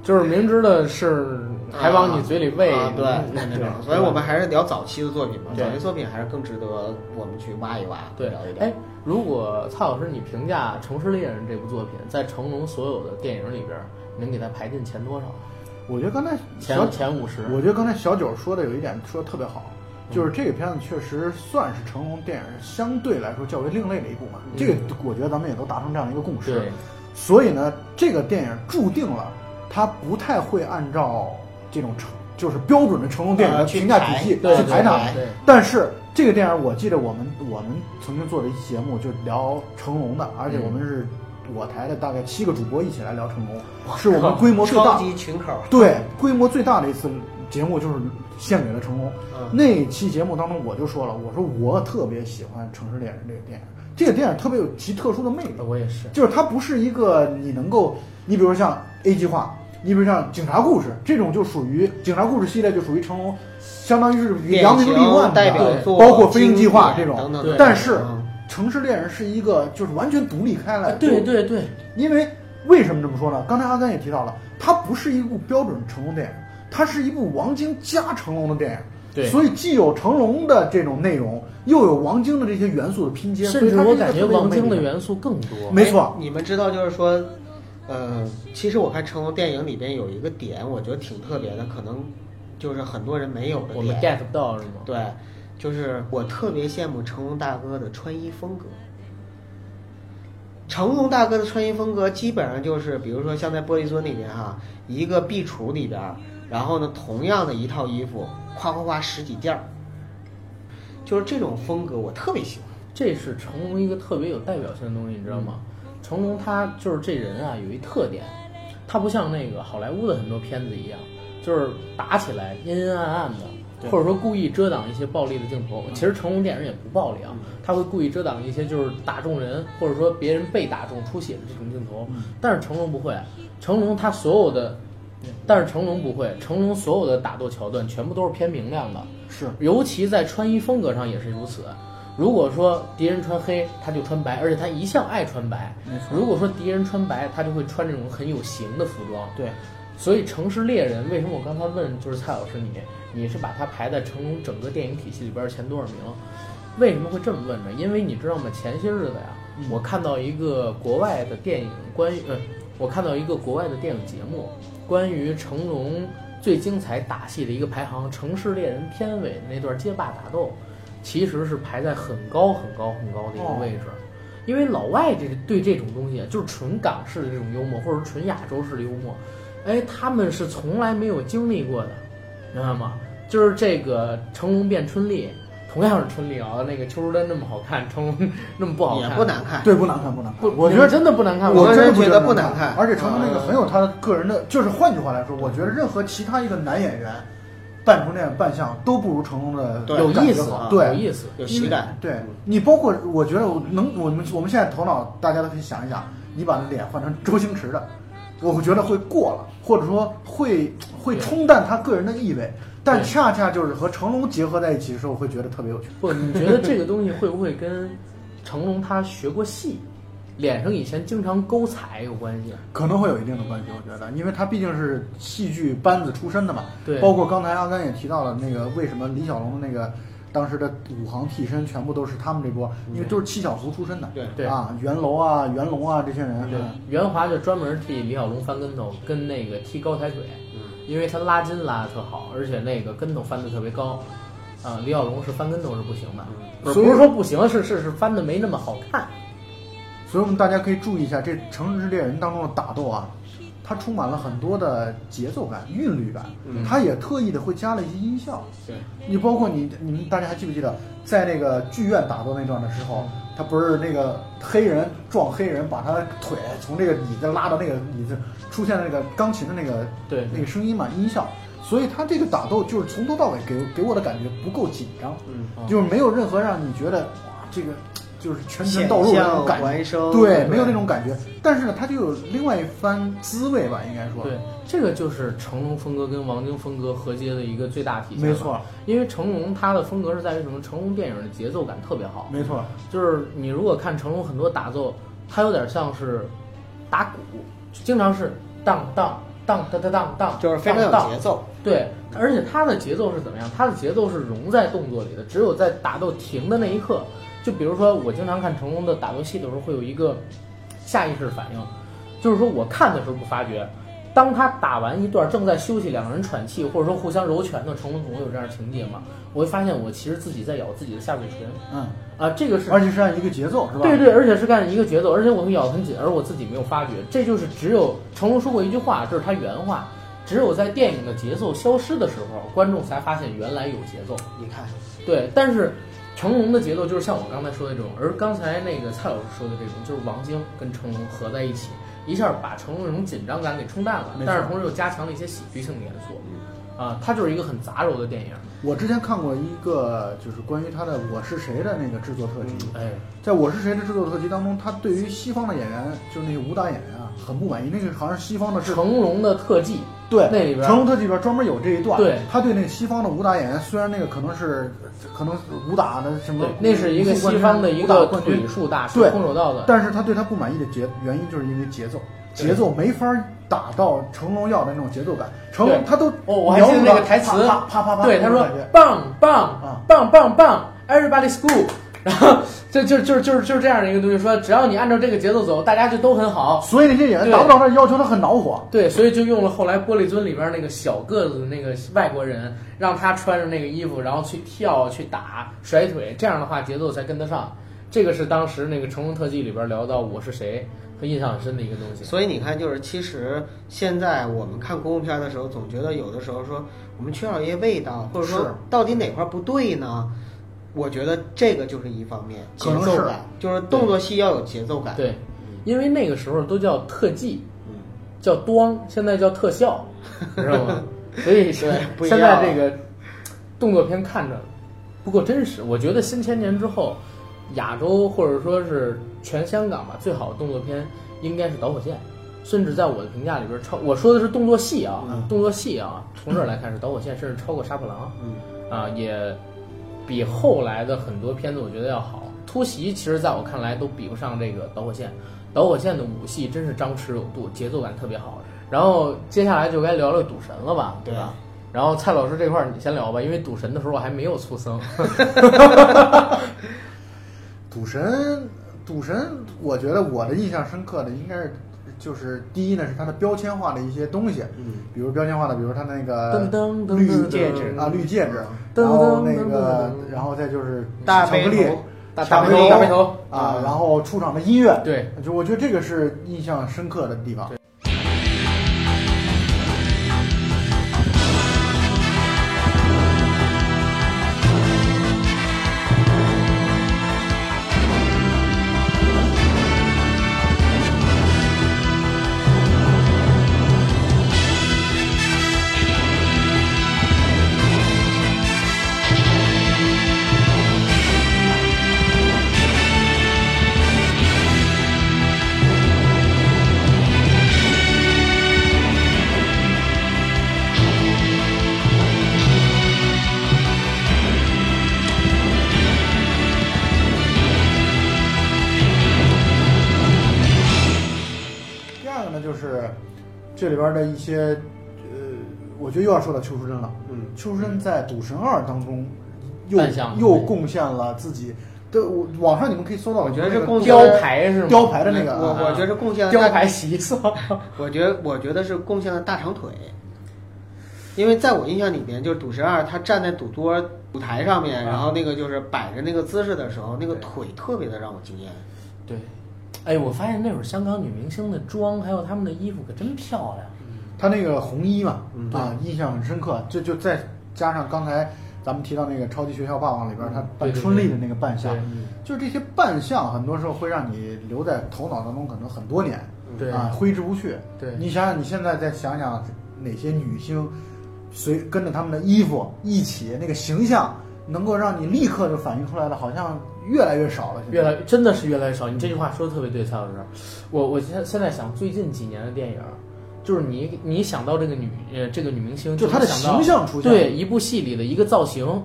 Speaker 2: 就是明知道是还往你嘴里喂，
Speaker 3: 嗯啊 对
Speaker 2: 嗯
Speaker 3: 对
Speaker 1: 对
Speaker 3: 对对，所以我们还是聊早期的作品吧。
Speaker 2: 对
Speaker 3: 早期作品还是更值得我们去挖一挖，
Speaker 2: 对
Speaker 3: 聊一，聊
Speaker 2: 哎。，如果蔡老师你评价《城市猎人》这部作品，在成龙所有的电影里边，能给他排进前多少？
Speaker 1: 我觉得刚才小
Speaker 2: 前，前五十？
Speaker 1: 我觉得刚才小九说的有一点说的特别好，
Speaker 3: 嗯
Speaker 1: 就是这个片子确实算是成龙电影相对来说较为另类的一部嘛。
Speaker 3: 嗯
Speaker 1: 这个我觉得咱们也都达成这样的一个共识。
Speaker 2: 对，
Speaker 1: 所以呢，这个电影注定了它不太会按照这种成就是标准的成龙电影的
Speaker 3: 啊去
Speaker 1: 评价
Speaker 3: 排
Speaker 1: 体系
Speaker 2: 对
Speaker 1: 去排它。
Speaker 2: 对
Speaker 1: 但是这个电影，我记得我们我们曾经做的一期节目就聊成龙的，而且
Speaker 3: 嗯
Speaker 1: 我们是我台的大概七个主播一起来聊成龙，是我们规模最
Speaker 3: 超
Speaker 1: 大，
Speaker 3: 级群口，
Speaker 1: 对规模最大的一次节目，就是献给了成龙。
Speaker 3: 嗯
Speaker 1: 那一期节目当中，我就说了，我说我特别喜欢《城市猎人》这个电影，这个电影特别有其特殊的魅力。
Speaker 2: 我也是。
Speaker 1: 就是它不是一个你能够，你比如像 A 计划，你比如像警察故事这种，就属于警察故事系列，就属于成龙，相当于是与扬名立万的
Speaker 3: 代表作，
Speaker 1: 包括飞鹰计划这
Speaker 3: 经典
Speaker 1: 种。
Speaker 3: 等
Speaker 2: 对
Speaker 3: 等。
Speaker 1: 但是
Speaker 3: 嗯
Speaker 1: 城市猎人是一个就是完全独立开来的，
Speaker 2: 啊对，对对，
Speaker 1: 因为为什么这么说呢？刚才阿甘也提到了，它不是一部标准成龙电影，它是一部王晶加成龙的电影。
Speaker 2: 对
Speaker 1: 所以既有成龙的这种内容，又有王晶的这些元素的拼接，
Speaker 2: 甚至我感觉王晶的
Speaker 1: 元
Speaker 2: 元素更多。
Speaker 1: 没错
Speaker 3: 哎你们知道就是说，呃，其实我看成龙电影里边有一个点，我觉得挺特别的，可能就是很多人没有的
Speaker 2: 我们
Speaker 3: 点。
Speaker 2: get 不到是吗？
Speaker 3: 对，就是我特别羡慕成龙大哥的穿衣风格。成龙大哥的穿衣风格基本上就是，比如说像在《玻璃樽》里面哈，一个壁橱里边儿，然后呢，同样的一套衣服，夸夸夸十几件儿，就是这种风格我特别喜欢。
Speaker 2: 这是成龙一个特别有代表性的东西，你知道吗？成龙他就是这人啊，有一特点，他不像那个好莱坞的很多片子一样，就是打起来阴阴暗暗的，或者说故意遮挡一些暴力的镜头。其实成龙电影也不暴力啊，他会故意遮挡一些就是打中人，或者说别人被打中出血的这种镜头。但是成龙不会，啊成龙他所有的，但是成龙不会，成龙所有的打斗桥段全部都是偏明亮的。
Speaker 1: 是
Speaker 2: 尤其在穿衣风格上也是如此。如果说敌人穿黑，他就穿白，而且他一向爱穿白。
Speaker 1: 没错
Speaker 2: 如果说敌人穿白，他就会穿这种很有型的服装。
Speaker 1: 对，
Speaker 2: 所以《城市猎人》为什么我刚才问就是蔡老师你，你是把它排在成龙整个电影体系里边前多少名？为什么会这么问呢？因为你知道吗？前些日子呀，我看到一个国外的电影关于，呃，我看到一个国外的电影节目，关于成龙最精彩打戏的一个排行，《城市猎人》片尾那段街霸打斗，其实是排在很高很高很高的一个位置。因为老外这对这种东西啊就是纯港式的这种幽默，或者纯亚洲式的幽默，哎，他们是从来没有经历过的，明白吗？就是这个成龙变春丽，同样是春丽啊，那个邱淑贞那么好看，成龙那么不好
Speaker 3: 也
Speaker 2: 看，
Speaker 3: 不难看。
Speaker 1: 对，不难看，不难看。
Speaker 2: 不，
Speaker 1: 我觉得
Speaker 2: 真的不难看。
Speaker 3: 我
Speaker 1: 真
Speaker 3: 个
Speaker 1: 的
Speaker 3: 人
Speaker 1: 不
Speaker 3: 觉得不难看
Speaker 1: 而且成龙那个
Speaker 3: 嗯
Speaker 1: 很有他的个人的，就是换句话来说，我觉得任何其他一个男演员扮成那样扮相都不如成龙的
Speaker 3: 对
Speaker 2: 有
Speaker 1: 感觉
Speaker 2: 意思
Speaker 1: 好
Speaker 2: 啊，
Speaker 1: 对，
Speaker 2: 有意思。
Speaker 3: 有喜感。
Speaker 1: 对你，包括我觉得我能，我们我们现在头脑大家都可以想一想，你把那脸换成周星驰的，我觉得会过了，或者说会会冲淡他个人的意味。但
Speaker 2: 对
Speaker 1: 恰恰就是和成龙结合在一起的时候，会觉得特别有趣。
Speaker 2: 不，你觉得这个东西会不会跟成龙他学过戏，脸上以前经常勾彩有关系？
Speaker 1: 可能会有一定的关系，我觉得，因为他毕竟是戏剧班子出身的嘛。
Speaker 2: 对
Speaker 1: 包括刚才阿甘也提到了那个为什么李小龙的那个当时的武行替身全部都是他们这波，因为都是七小福出身的。
Speaker 3: 对
Speaker 2: 对
Speaker 1: 啊，袁楼啊、袁龙啊这些人。
Speaker 2: 对，袁华就专门替李小龙翻跟头，跟那个踢高抬腿，
Speaker 3: 嗯
Speaker 2: 因为他拉筋拉的特好，而且那个跟头翻的特别高。啊、李小龙是翻跟头是不行的，
Speaker 3: 嗯
Speaker 2: 不是
Speaker 1: 所以
Speaker 2: 不是说不行，是是是翻的没那么好看。
Speaker 1: 所以我们大家可以注意一下，这《城市猎人》当中的打斗啊，它充满了很多的节奏感、韵律感，它也特意的会加了一些音效。
Speaker 3: 嗯对，
Speaker 1: 你包括你你们大家还记不记得，在那个剧院打斗那段的时候，他不是那个黑人撞黑人，把他的腿从这个椅子拉到那个椅子，出现了那个钢琴的那个
Speaker 2: 对
Speaker 1: 那个声音嘛音效，所以他这个打斗就是从头到尾给给我的感觉不够紧张，
Speaker 3: 嗯
Speaker 1: 就是没有任何让你觉得哇这个就是全程
Speaker 3: 险
Speaker 1: 到肉的那
Speaker 3: 象
Speaker 1: 种感觉
Speaker 3: 环，生，
Speaker 1: 对，没有那种感觉。但是呢，它就有另外一番滋味吧，应该说。
Speaker 2: 对，这个就是成龙风格跟王晶风格合接的一个最大体现。
Speaker 1: 没错，
Speaker 2: 因为成龙他的风格是在于什么？成龙电影的节奏感特别好，
Speaker 1: 没错，
Speaker 2: 就是你如果看成龙很多打斗，他有点像是打鼓，就经常是当当当当当当当，
Speaker 3: 就是非常有
Speaker 2: 当当
Speaker 3: 节奏。
Speaker 2: 对，而且他的节奏是怎么样？他的节奏是融在动作里的，只有在打斗停的那一刻，就比如说我经常看成龙的打斗戏的时候，会有一个下意识反应，就是说我看的时候不发觉，当他打完一段正在休息，两个人喘气或者说互相揉拳头，成龙总会有这样的情节嘛，我会发现我其实自己在咬自己的下嘴唇
Speaker 1: 嗯，
Speaker 2: 啊，这个是
Speaker 1: 而且是按一个节奏，是吧？
Speaker 2: 对对，而且是干一个节奏，而且我会咬得很紧，而我自己没有发觉。这就是只有成龙说过一句话，这是他原话，只有在电影的节奏消失的时候，观众才发现原来有节奏。
Speaker 3: 你看，
Speaker 2: 对，但是成龙的节奏就是像我刚才说的这种，而刚才那个蔡老师说的这种，就是王晶跟成龙合在一起，一下把成龙那种紧张感给冲淡了
Speaker 1: 没，错嗯
Speaker 2: 但是同时又加强了一些喜剧性的元素。啊，它就是一个很杂糅的电影。
Speaker 1: 我之前看过一个就是关于他的《我是谁》的那个制作特辑，
Speaker 2: 哎，
Speaker 1: 在《我是谁》的制作特辑当中，他对于西方的演员，就是那个武打演员啊，很不满意。那个好像是西方的制
Speaker 2: 成龙的特技，
Speaker 1: 对
Speaker 2: 那里边
Speaker 1: 成龙特辑》里边专门有这一段，
Speaker 2: 对
Speaker 1: 他对那个西方的武打演员，虽然那个可能是可能是武打的什么
Speaker 2: 对，，那是一个西方的一
Speaker 1: 武打
Speaker 2: 个
Speaker 1: 冠军
Speaker 2: 腿术大师，
Speaker 1: 对
Speaker 2: 空手道的。
Speaker 1: 但是他对他不满意的节原因就是因为节奏，节奏没法打到成龙要的那种节奏感。成龙
Speaker 2: 对
Speaker 1: 他都
Speaker 2: 哦，我还记得那
Speaker 1: 瞄
Speaker 2: 个
Speaker 1: 准
Speaker 2: 台词，
Speaker 1: 啪啪啪啪，
Speaker 2: 对他说
Speaker 1: 那种感觉
Speaker 2: 棒
Speaker 1: 啊
Speaker 2: 棒棒棒棒，everybody school，然 后就就就就是就是这样的一个东西，说只要你按照这个节奏走，大家就都很好。
Speaker 1: 所以那些演员
Speaker 2: 对
Speaker 1: 达不到那要求，他很恼火。
Speaker 2: 对，所以就用了后来《玻璃樽》里边那个小个子的那个外国人，让他穿着那个衣服，然后去跳、去打、甩腿，这样的话节奏才跟得上。这个是当时那个《成龙特技》里边聊到我是谁，他印象很深的一个东西。
Speaker 3: 所以你看，就是其实现在我们看公共片儿的时候，总觉得有的时候说我们缺少一些味道，或者说
Speaker 1: 是
Speaker 3: 到底哪块儿不对呢？我觉得这个就是一方面，节
Speaker 1: 可能
Speaker 3: 奏
Speaker 1: 是
Speaker 3: 感，就是动作戏要有节奏感。，
Speaker 2: 对，因为那个时候都叫特技，
Speaker 3: 嗯，
Speaker 2: 叫端，现在叫特 效，知道吗？所以是
Speaker 3: 不一
Speaker 2: 现
Speaker 3: 样
Speaker 2: 在这个动作片看着不够真实。我觉得新千年之后，亚洲或者说是全香港吧，最好的动作片应该是《导火线》，甚至在我的评价里边超。我说的是动作戏啊，
Speaker 1: 嗯
Speaker 2: 动作戏啊，从这儿来看是《导火线》，甚至超过《杀破狼
Speaker 3: 嗯，》
Speaker 2: 啊，也比后来的很多片子我觉得要好。突袭其实在我看来都比不上这个《导火线》，《导火线》的武戏真是张弛有度，节奏感特别好。然后接下来就该聊聊赌神了吧，对吧？然后蔡老师这块儿你先聊吧，因为赌神的时候我还没有出生。
Speaker 1: 赌神，赌神，我觉得我的印象深刻的应该是，就是第一呢是他的标签化的一些东西，
Speaker 3: 嗯，
Speaker 1: 比如标签化的，比如他那
Speaker 2: 噔
Speaker 1: 个
Speaker 2: 噔噔
Speaker 1: 绿
Speaker 2: 噔
Speaker 1: 戒
Speaker 2: 噔
Speaker 1: 指
Speaker 2: 噔
Speaker 1: 啊，绿戒指，
Speaker 2: 噔
Speaker 1: 然后那
Speaker 2: 噔
Speaker 1: 个
Speaker 2: 噔，噔
Speaker 1: 然后再就是
Speaker 3: 大
Speaker 1: 巧
Speaker 3: 背
Speaker 1: 克力
Speaker 3: 头，
Speaker 2: 大
Speaker 1: 巧
Speaker 2: 大
Speaker 1: 克
Speaker 2: 背
Speaker 1: 力
Speaker 2: 头，大背头。
Speaker 1: 啊，
Speaker 3: 嗯
Speaker 1: 然后出场的音乐，
Speaker 2: 对，
Speaker 1: 就我觉得这个是印象深刻的地方。第二个呢，就是这里边的一些，呃，我觉得又要说到邱淑贞了。
Speaker 3: 嗯，
Speaker 1: 邱淑贞在《赌神二》当中又
Speaker 2: 扮相
Speaker 1: 又贡献了自己。对，我网上你们可以搜到，
Speaker 3: 我觉得
Speaker 1: 那个
Speaker 3: 是贡献
Speaker 2: 雕牌是吗？
Speaker 1: 雕牌的那个
Speaker 3: 我
Speaker 1: 啊，
Speaker 3: 我觉 得贡献了
Speaker 2: 雕
Speaker 3: 大
Speaker 2: 牌习俗。
Speaker 3: 我觉得我觉得是贡献了大长腿，因为在我印象里面，就是赌神二他站在赌桌舞台上面，
Speaker 2: 啊
Speaker 3: 然后那个就是摆着那个姿势的时候，那个腿特别的让我惊艳。
Speaker 2: 对，哎，我发现那会儿香港女明星的妆还有她们的衣服可真漂亮。
Speaker 1: 他那个红衣嘛
Speaker 3: 嗯，
Speaker 1: 啊，印象很深刻。这就再加上刚才咱们提到那个《超级学校霸王》里边他
Speaker 2: 嗯对
Speaker 1: 扮
Speaker 2: 对
Speaker 1: 春丽的
Speaker 2: 对
Speaker 1: 那个扮相
Speaker 2: 对，嗯
Speaker 1: 就是这些扮相，很多时候会让你留在头脑当中，可能很多年。
Speaker 2: 嗯对
Speaker 1: 啊，挥之不去。
Speaker 2: 对
Speaker 1: 你想想，你现在再想想哪些女星，随跟着她们的衣服一起，那个形象能够让你立刻就反映出来的，好像越来越少了。现在
Speaker 2: 越来真的是越来越少。你这句话说的特别对，蔡老师。我我现现在想最近几年的电影儿，就是你你想到这个女呃这个女明星，
Speaker 1: 就她的
Speaker 2: 能想到
Speaker 1: 形象出现
Speaker 2: 对一部戏里的一个造型，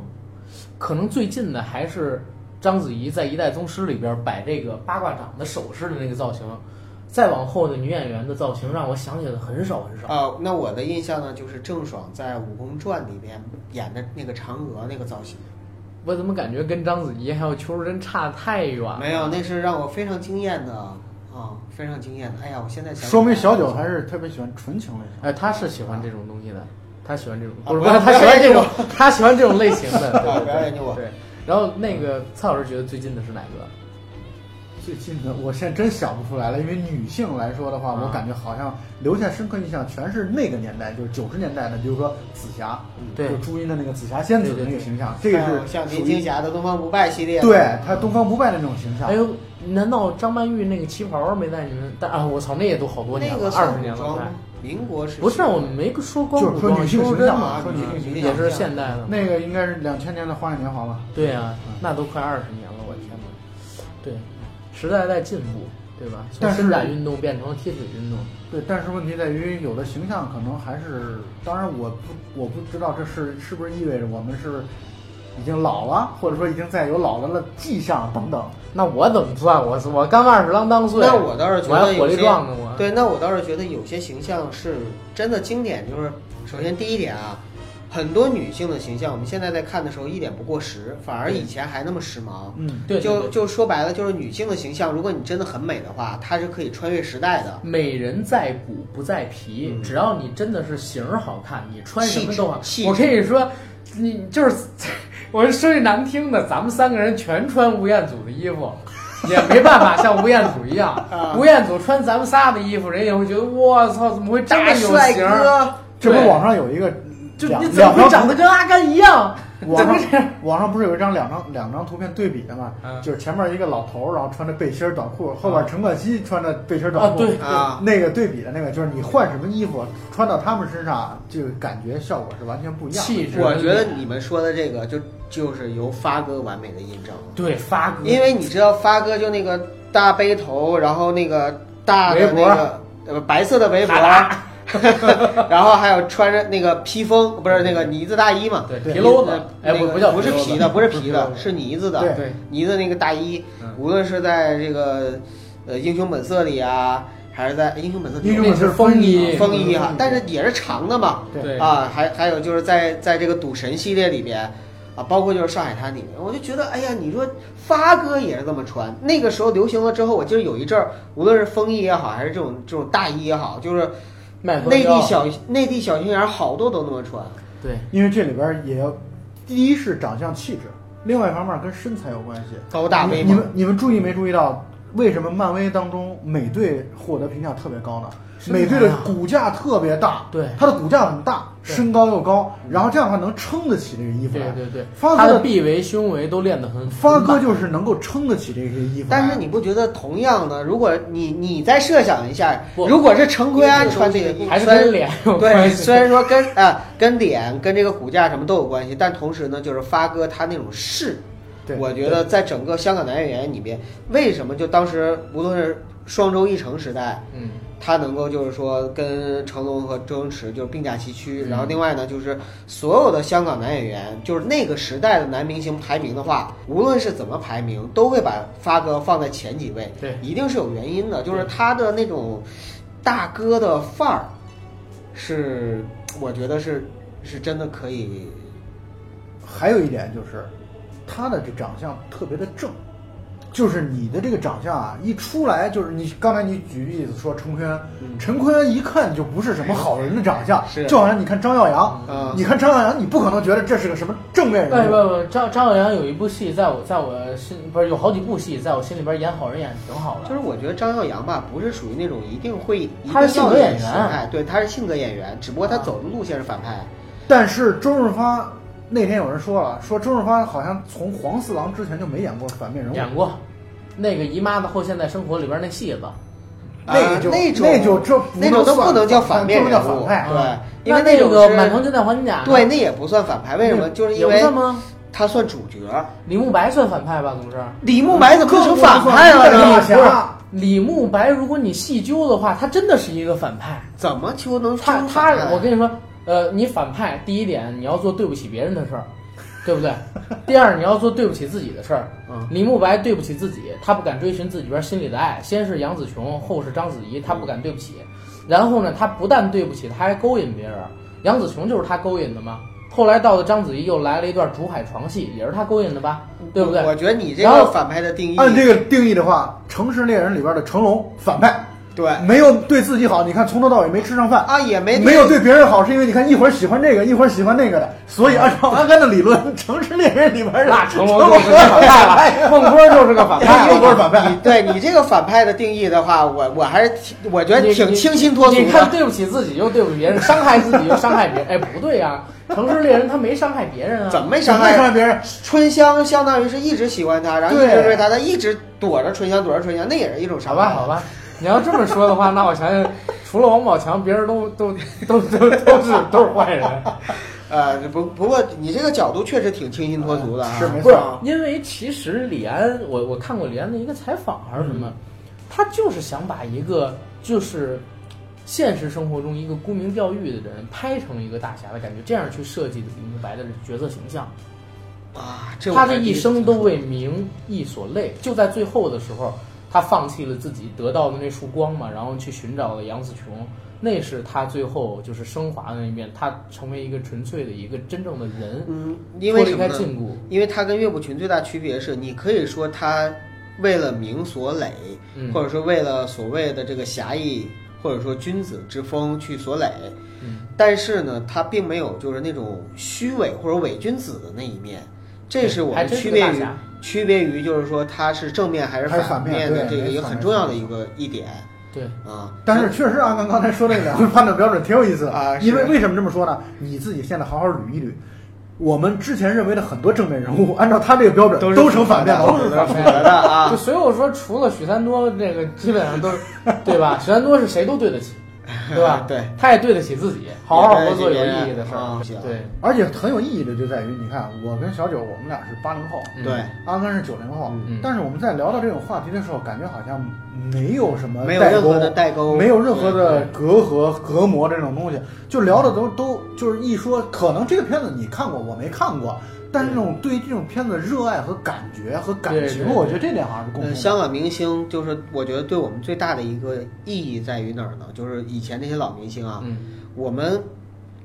Speaker 2: 可能最近的还是章子怡在《一代宗师》里边摆这个八卦掌的手势的那个造型。再往后的女演员的造型让我想起的很少很少。
Speaker 3: 啊、那我的印象呢，就是郑爽在《武功传》里边演的那个嫦娥那个造型，
Speaker 2: 我怎么感觉跟章子怡还有邱淑贞差得太远了？
Speaker 3: 没有，那是让我非常惊艳的啊、非常惊艳的。哎呀，我现在想
Speaker 1: 说明小九还是特别喜欢纯情类型。
Speaker 2: 哎，他是喜欢这种东西的，他喜欢这种，
Speaker 3: 啊
Speaker 2: 不是
Speaker 3: 不
Speaker 2: 不是，
Speaker 3: 要
Speaker 2: 他喜欢这种，他喜欢这种类型的。对
Speaker 3: 啊
Speaker 2: 对
Speaker 3: 不要研究我
Speaker 2: 对，然后那个蔡老师觉得最近的是哪个？
Speaker 1: 最近的，我现在真想不出来了，因为女性来说的话，
Speaker 2: 啊
Speaker 1: 我感觉好像留下深刻印象全是那个年代，就是九十年代的，比如说紫霞，
Speaker 2: 对
Speaker 1: 就朱茵的那个紫霞仙子的那个形象，这个是
Speaker 3: 哎啊像
Speaker 1: 属于
Speaker 3: 林青霞的《东方不败》系列，
Speaker 1: 对她东方不败的那种形象。
Speaker 2: 哎呦，难道张曼玉那个旗袍没在你们？但啊，我操，那也都好多年
Speaker 3: 那
Speaker 2: 了
Speaker 3: 个，
Speaker 2: 二
Speaker 3: 算
Speaker 2: 十年
Speaker 3: 古
Speaker 2: 了
Speaker 3: 装吗
Speaker 2: 快。
Speaker 3: 民国时期
Speaker 2: 不是，啊我们没说光
Speaker 1: 就是
Speaker 2: 古
Speaker 1: 说
Speaker 2: 装，
Speaker 1: 女性
Speaker 2: 说
Speaker 1: 形
Speaker 2: 真
Speaker 1: 象
Speaker 2: 的
Speaker 1: 啊，说女性形象
Speaker 2: 也是现代的嘛。
Speaker 1: 那个应该是两千年的《花样年华》吧？
Speaker 2: 对啊，那都快二十年了，我天哪！对，时代在进步，对吧？从
Speaker 1: 但是
Speaker 2: 伸展运动变成了踢腿运动。
Speaker 1: 对，但是问题在于有的形象可能还是，当然我不我不知道这是是不是意味着我们是已经老了，或者说已经在有老了的迹象等等。
Speaker 2: 那我怎么算？我我刚二十啷当岁，
Speaker 3: 那我倒是觉
Speaker 2: 我
Speaker 3: 得
Speaker 2: 还火
Speaker 3: 有
Speaker 2: 力
Speaker 3: 些
Speaker 2: 壮呢，我。
Speaker 3: 对，那我倒是觉得有些形象是真的经典。就是首先第一点啊，很多女性的形象，我们现在在看的时候一点不过时，反而以前还那么时髦。
Speaker 1: 嗯，
Speaker 2: 对，对
Speaker 3: 就
Speaker 2: 对
Speaker 3: 就说白了，就是女性的形象，如果你真的很美的话，它是可以穿越时代的。
Speaker 2: 美人在骨不在皮，
Speaker 3: 嗯
Speaker 2: 只要你真的是型儿好看，你穿什么都好
Speaker 3: 气。质
Speaker 2: 我跟你说，你就是我说句难听的，咱们三个人全穿吴彦祖的衣服，也没办法像吴彦祖一 样。
Speaker 3: 啊
Speaker 2: 吴彦祖穿咱们仨的衣服，人也会觉得我操，怎么会这么
Speaker 3: 大
Speaker 2: 有
Speaker 3: 帅
Speaker 2: 型儿？
Speaker 3: 哥，
Speaker 1: 这不是
Speaker 2: 对
Speaker 1: 网上有一个
Speaker 2: 就
Speaker 1: 两
Speaker 2: 你怎么会
Speaker 1: 两张
Speaker 2: 长得跟阿甘一样？
Speaker 1: 网
Speaker 2: 怎么这
Speaker 1: 上 网上不是有一张两张两张图片对比的吗？
Speaker 2: 嗯
Speaker 1: 就是前面一个老头儿，然后穿着背心儿短裤，后边陈可辛穿着背心儿短
Speaker 2: 啊
Speaker 1: 裤。
Speaker 2: 对
Speaker 3: 啊
Speaker 1: 那个对比的那个，就是你换什么衣服穿到他们身上，就感觉效果是完全不一样的。
Speaker 2: 气质？
Speaker 3: 我觉得你们说的这个就就是由发哥完美的印证了。
Speaker 2: 对发哥，
Speaker 3: 因为你知道发哥就那个大背头，然后那个大的那
Speaker 1: 围脖
Speaker 3: 个呃白色的围脖
Speaker 2: 哈，
Speaker 3: 然后还有穿着那个披风，不是那个呢子大衣嘛？
Speaker 2: 对
Speaker 1: 对
Speaker 2: 皮篓子，哎，
Speaker 3: 那
Speaker 2: 不
Speaker 3: 个
Speaker 2: 不叫
Speaker 3: 不是
Speaker 2: 皮篓子
Speaker 3: 皮的， 不是皮
Speaker 1: 不
Speaker 3: 的，
Speaker 1: 是
Speaker 3: 是呢子的，
Speaker 1: 对
Speaker 2: 对
Speaker 3: 呢子那个大衣，
Speaker 1: 嗯
Speaker 3: 无论是在这个呃英雄本色里啊，还是在英雄本色里
Speaker 1: 英雄
Speaker 2: 那
Speaker 1: 本
Speaker 2: 是
Speaker 1: 色
Speaker 2: 风衣
Speaker 1: 衣
Speaker 3: 风衣
Speaker 1: 啊
Speaker 3: 哈，，但是也是长的嘛，
Speaker 1: 对
Speaker 2: 对
Speaker 3: 啊，还还有就是在在这个赌神系列里边，啊，包括就是上海滩里面，我就觉得，哎呀，你说发哥也是这么穿，那个时候流行了之后，我记得有一阵儿，无论是风衣也好，还是这种这种大衣也好，就是
Speaker 2: 麦克
Speaker 3: 内地
Speaker 2: 彪
Speaker 3: 小内地小青年好多都那么穿，
Speaker 2: 对。
Speaker 1: 因为这里边儿也要，第一是长相气质，另外一方面跟身材有关系。
Speaker 3: 高大
Speaker 1: 你
Speaker 3: 威
Speaker 1: 你
Speaker 3: 猛
Speaker 1: 们。你们注意没注意到，为什么漫威当中美队获得评价特别高呢？
Speaker 2: 身材啊
Speaker 1: 美队的骨架特别大，
Speaker 2: 对
Speaker 1: 他的骨架很大，
Speaker 2: 对
Speaker 1: 身高又高，然后这样的话能撑得起这个衣服
Speaker 2: 对
Speaker 1: 来。
Speaker 2: 对对，
Speaker 1: 发
Speaker 2: 他
Speaker 1: 哥
Speaker 2: 的
Speaker 1: 的
Speaker 2: 臂围、胸围都练得很。
Speaker 1: 发哥
Speaker 2: 很满
Speaker 1: 就是能够撑得起这些衣服来。
Speaker 3: 但是你不觉得同样的，如果你你再设想一下，
Speaker 2: 不
Speaker 3: 如果是陈奎安穿这个衣服，
Speaker 2: 还是
Speaker 3: 虽然
Speaker 2: 跟脸有关
Speaker 3: 对，
Speaker 2: 系
Speaker 3: 虽然说跟啊、 跟脸跟这个骨架什么都有关系，但同时呢，就是发哥他那种势，
Speaker 1: 对
Speaker 3: 我觉得在整个香港男演员里面，为什么就当时无论是双周一成时代，
Speaker 2: 嗯，
Speaker 3: 他能够就是说跟成龙和周星驰就是并驾齐驱，
Speaker 2: 嗯
Speaker 3: 然后另外呢就是所有的香港男演员，就是那个时代的男明星排名的话，无论是怎么排名，都会把发哥放在前几位，
Speaker 2: 对
Speaker 3: 一定是有原因的，就是他的那种大哥的范儿，是我觉得是是真的可以，
Speaker 1: 还有一点就是，他的这长相特别的正，就是你的这个长相啊，一出来就是你刚才你举例子说陈坤安，陈坤安一看就不是什么好人的长相，
Speaker 3: 嗯 是
Speaker 1: 就好像你看张耀扬，
Speaker 3: 嗯
Speaker 1: 你看张耀扬，你不可能觉得这是个什么正面
Speaker 2: 哎不
Speaker 1: 人物，
Speaker 2: 不不，张张耀扬有一部戏，在我在我心不是有好几部戏，在我心里边演好人演得挺好
Speaker 3: 就
Speaker 2: 的。
Speaker 3: 是我觉得张耀扬吧，不是属于那种一定会一定
Speaker 2: 他是性格
Speaker 3: 要演
Speaker 2: 演员
Speaker 3: 形态，对，他是性格演员，只不过他走的路线是反派。
Speaker 1: 但是周润发。那天有人说了，说周润发好像从黄四郎之前就没演过反面人物，
Speaker 2: 演过那个姨妈的后现代生活里边那戏子，
Speaker 1: 那个就
Speaker 3: 啊那种
Speaker 1: 那就这
Speaker 3: 那种都不能叫反面
Speaker 1: 不
Speaker 3: 人
Speaker 1: 能
Speaker 3: 物，
Speaker 1: 叫反派
Speaker 2: 啊
Speaker 3: 对，因为
Speaker 2: 那
Speaker 3: 种
Speaker 2: 个
Speaker 3: 是
Speaker 2: 满城尽带黄金甲，
Speaker 3: 对，，那也不算反派，为什么？就是
Speaker 2: 也
Speaker 3: 因
Speaker 2: 不
Speaker 3: 为
Speaker 2: 算吗？
Speaker 3: 他算主角，
Speaker 2: 李慕白算反派吧？怎么是？
Speaker 3: 李慕白怎么成反派
Speaker 1: 更不能
Speaker 3: 了
Speaker 1: 算
Speaker 3: 呢？
Speaker 1: 侠
Speaker 2: 李慕白，如果你细究的话，他真的是一个反派。
Speaker 3: 怎么就能
Speaker 2: 他
Speaker 3: 成反派
Speaker 2: 他，我跟你说，呃，你反派第一点，你要做对不起别人的事儿，对不对？第二，你要做对不起自己的事儿。
Speaker 3: 嗯
Speaker 2: 李慕白对不起自己，他不敢追寻自己边心里的爱，先是杨紫琼，后是章子怡，他不敢对不起。然后呢，他不但对不起，他还勾引别人。杨紫琼就是他勾引的嘛。后来到了章子怡，又来了一段竹海床戏，也是他勾引的吧？对不对？
Speaker 3: 我觉得你这
Speaker 2: 然
Speaker 3: 个
Speaker 2: 后
Speaker 3: 反派的定义，
Speaker 1: 按这个定义的话，《城市猎人》里边的成龙反派，
Speaker 3: 对
Speaker 1: 没有对自己好，你看从头到尾没吃上饭
Speaker 3: 啊也没
Speaker 1: 没有对别人好，是因为你看一会儿喜欢这个，一会儿喜欢那个的，所以按照阿甘的理论，《城市猎人》里边的
Speaker 2: 那成龙
Speaker 1: 成龙
Speaker 2: 就是个反派 了， 孟波就是个反派了，
Speaker 1: 孟波是反派
Speaker 3: 你对你这个反派的定义的话，我我还是挺我觉得
Speaker 2: 你
Speaker 3: 挺
Speaker 2: 你
Speaker 3: 清新脱俗
Speaker 2: 你看，
Speaker 3: 的。
Speaker 2: 对不起自己又对不起别人，伤害自己又伤害别人。哎，不对呀、啊，城市猎人他没伤害别人啊。
Speaker 3: 怎么没
Speaker 1: 想
Speaker 3: 伤
Speaker 1: 爱上
Speaker 3: 害？
Speaker 1: 别人，
Speaker 3: 春香相当于是一直喜欢他，然后一
Speaker 1: 对
Speaker 3: 直追他，他一直躲着春香，躲着春香，那也是一种
Speaker 2: 好
Speaker 3: 伤害。
Speaker 2: 吧，好吧，你要这么说的话，那我想想，除了王宝强，别人都都都都都是都是坏人。
Speaker 3: 呃，不不过你这个角度确实挺清新脱俗的、啊，
Speaker 1: 是没
Speaker 2: 不
Speaker 1: 错
Speaker 2: 是
Speaker 1: 啊，
Speaker 2: 因为其实李安，我我看过李安的一个采访还是什么，他就是想把一个就是现实生活中一个沽名钓誉的人拍成一个大侠的感觉，这样去设计的李慕白的角色形象。
Speaker 3: 啊，这我
Speaker 2: 他
Speaker 3: 还
Speaker 2: 这
Speaker 3: 第
Speaker 2: 一
Speaker 3: 次
Speaker 2: 生
Speaker 3: 听
Speaker 2: 都
Speaker 3: 说
Speaker 2: 为名义所累，就在最后的时候，他放弃了自己得到的那束光嘛，然后去寻找了杨子琼，那是他最后就是升华的那一面，他成为一个纯粹的一个真正的人，
Speaker 3: 嗯，因为
Speaker 2: 脱
Speaker 3: 什
Speaker 2: 离
Speaker 3: 么
Speaker 2: 开
Speaker 3: 呢？
Speaker 2: 禁锢，
Speaker 3: 因为它跟岳不群最大区别是，你可以说它为了名所累，
Speaker 2: 嗯
Speaker 3: 或者说为了所谓的这个侠义或者说君子之风去所累，
Speaker 2: 嗯
Speaker 3: 但是呢，它并没有就是那种虚伪或者伪君子的那一面。这是我
Speaker 2: 还
Speaker 3: 们
Speaker 2: 真是
Speaker 3: 区
Speaker 2: 个
Speaker 3: 别
Speaker 2: 大
Speaker 3: 于
Speaker 2: 侠
Speaker 3: 区别于就是说它是正面还是
Speaker 1: 还是反面
Speaker 3: 面的
Speaker 1: 对
Speaker 3: 这个
Speaker 1: 没
Speaker 3: 一个
Speaker 1: 反
Speaker 3: 很
Speaker 1: 面
Speaker 3: 重要
Speaker 1: 反
Speaker 3: 的
Speaker 1: 面
Speaker 3: 一个一点
Speaker 2: 对，
Speaker 3: 啊。
Speaker 1: 但是确实啊，刚刚才说那两个判 断标准挺有意思的
Speaker 3: 啊是
Speaker 1: 因为为什么这么说呢？你自己现在好好捋一捋，我们之前认为的很多正面人物，按照他这个标准
Speaker 3: 都是
Speaker 1: 成反面
Speaker 3: 都
Speaker 1: 了，
Speaker 3: 是 反面的啊？
Speaker 2: 就。所以我说，除了许三多这个，基本上都是，对吧？许三多是谁都对得起，对吧
Speaker 3: 对，
Speaker 2: 他也对得起自己，好好
Speaker 3: 也
Speaker 2: 活做
Speaker 3: 对
Speaker 2: 有
Speaker 3: 得起别人
Speaker 2: 意义的事
Speaker 3: 啊
Speaker 2: 儿。对，
Speaker 1: 而且很有意义的就在于，你看我跟小九，我们俩是八零后，
Speaker 2: 嗯
Speaker 3: 对，
Speaker 1: 阿甘是九零后，
Speaker 2: 嗯
Speaker 1: 但是我们在聊到这种话题的时候，感觉好像没有什么
Speaker 3: 没有
Speaker 1: 代
Speaker 3: 任
Speaker 1: 沟
Speaker 3: 何的代沟，
Speaker 1: 没有任何的隔阂、隔膜这种东西，就聊的都都就是一说，可能这个片子你看过，我没看过，但是那种对这种片子的热爱和感觉和感
Speaker 2: 对对
Speaker 1: 情，
Speaker 2: 对
Speaker 1: 我觉得这点好像是共
Speaker 3: 呃，
Speaker 1: 同的。
Speaker 3: 香港明星就是我觉得对我们最大的一个意义在于哪儿呢？就是以前那些老明星啊，
Speaker 2: 嗯，
Speaker 3: 我们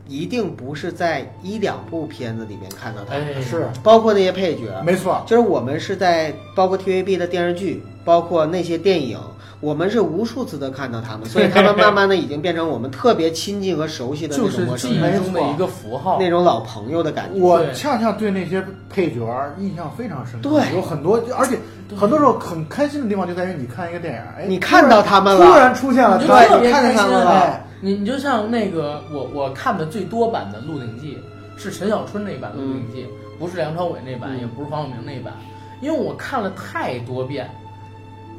Speaker 3: 一定不是在一两部片子里面看到他们，
Speaker 2: 哎，
Speaker 1: 是，
Speaker 3: 包括那些配角，
Speaker 1: 没错，
Speaker 3: 就是我们是在包括 TVB 的电视剧，包括那些电影，我们是无数次的看到他们，所以他们慢慢的已经变成我们特别亲近和熟悉的那
Speaker 2: 就
Speaker 3: 种
Speaker 2: 是
Speaker 3: 陌生
Speaker 2: 记忆
Speaker 3: 人，
Speaker 2: 中的一个符号
Speaker 3: 那。种老朋友的感觉。
Speaker 1: 我
Speaker 2: 对
Speaker 1: 恰恰对那些配角印象非常深刻，
Speaker 3: 对
Speaker 1: 有很多，而且很多时候很开心的地方就在于你看一个电影，哎，
Speaker 3: 你看到他们了
Speaker 1: 突然出现了，
Speaker 2: 你就
Speaker 3: 啊对
Speaker 2: 特别
Speaker 3: 看见
Speaker 2: 开
Speaker 3: 他
Speaker 2: 心
Speaker 3: 们
Speaker 2: 啊
Speaker 3: 了！
Speaker 2: 你你就像那个我我看的最多版的《鹿鼎记》，是陈小春那版《鹿鼎记》，不是梁朝伟那版，
Speaker 3: 嗯
Speaker 2: 也不是黄晓明那版，因为我看了太多遍，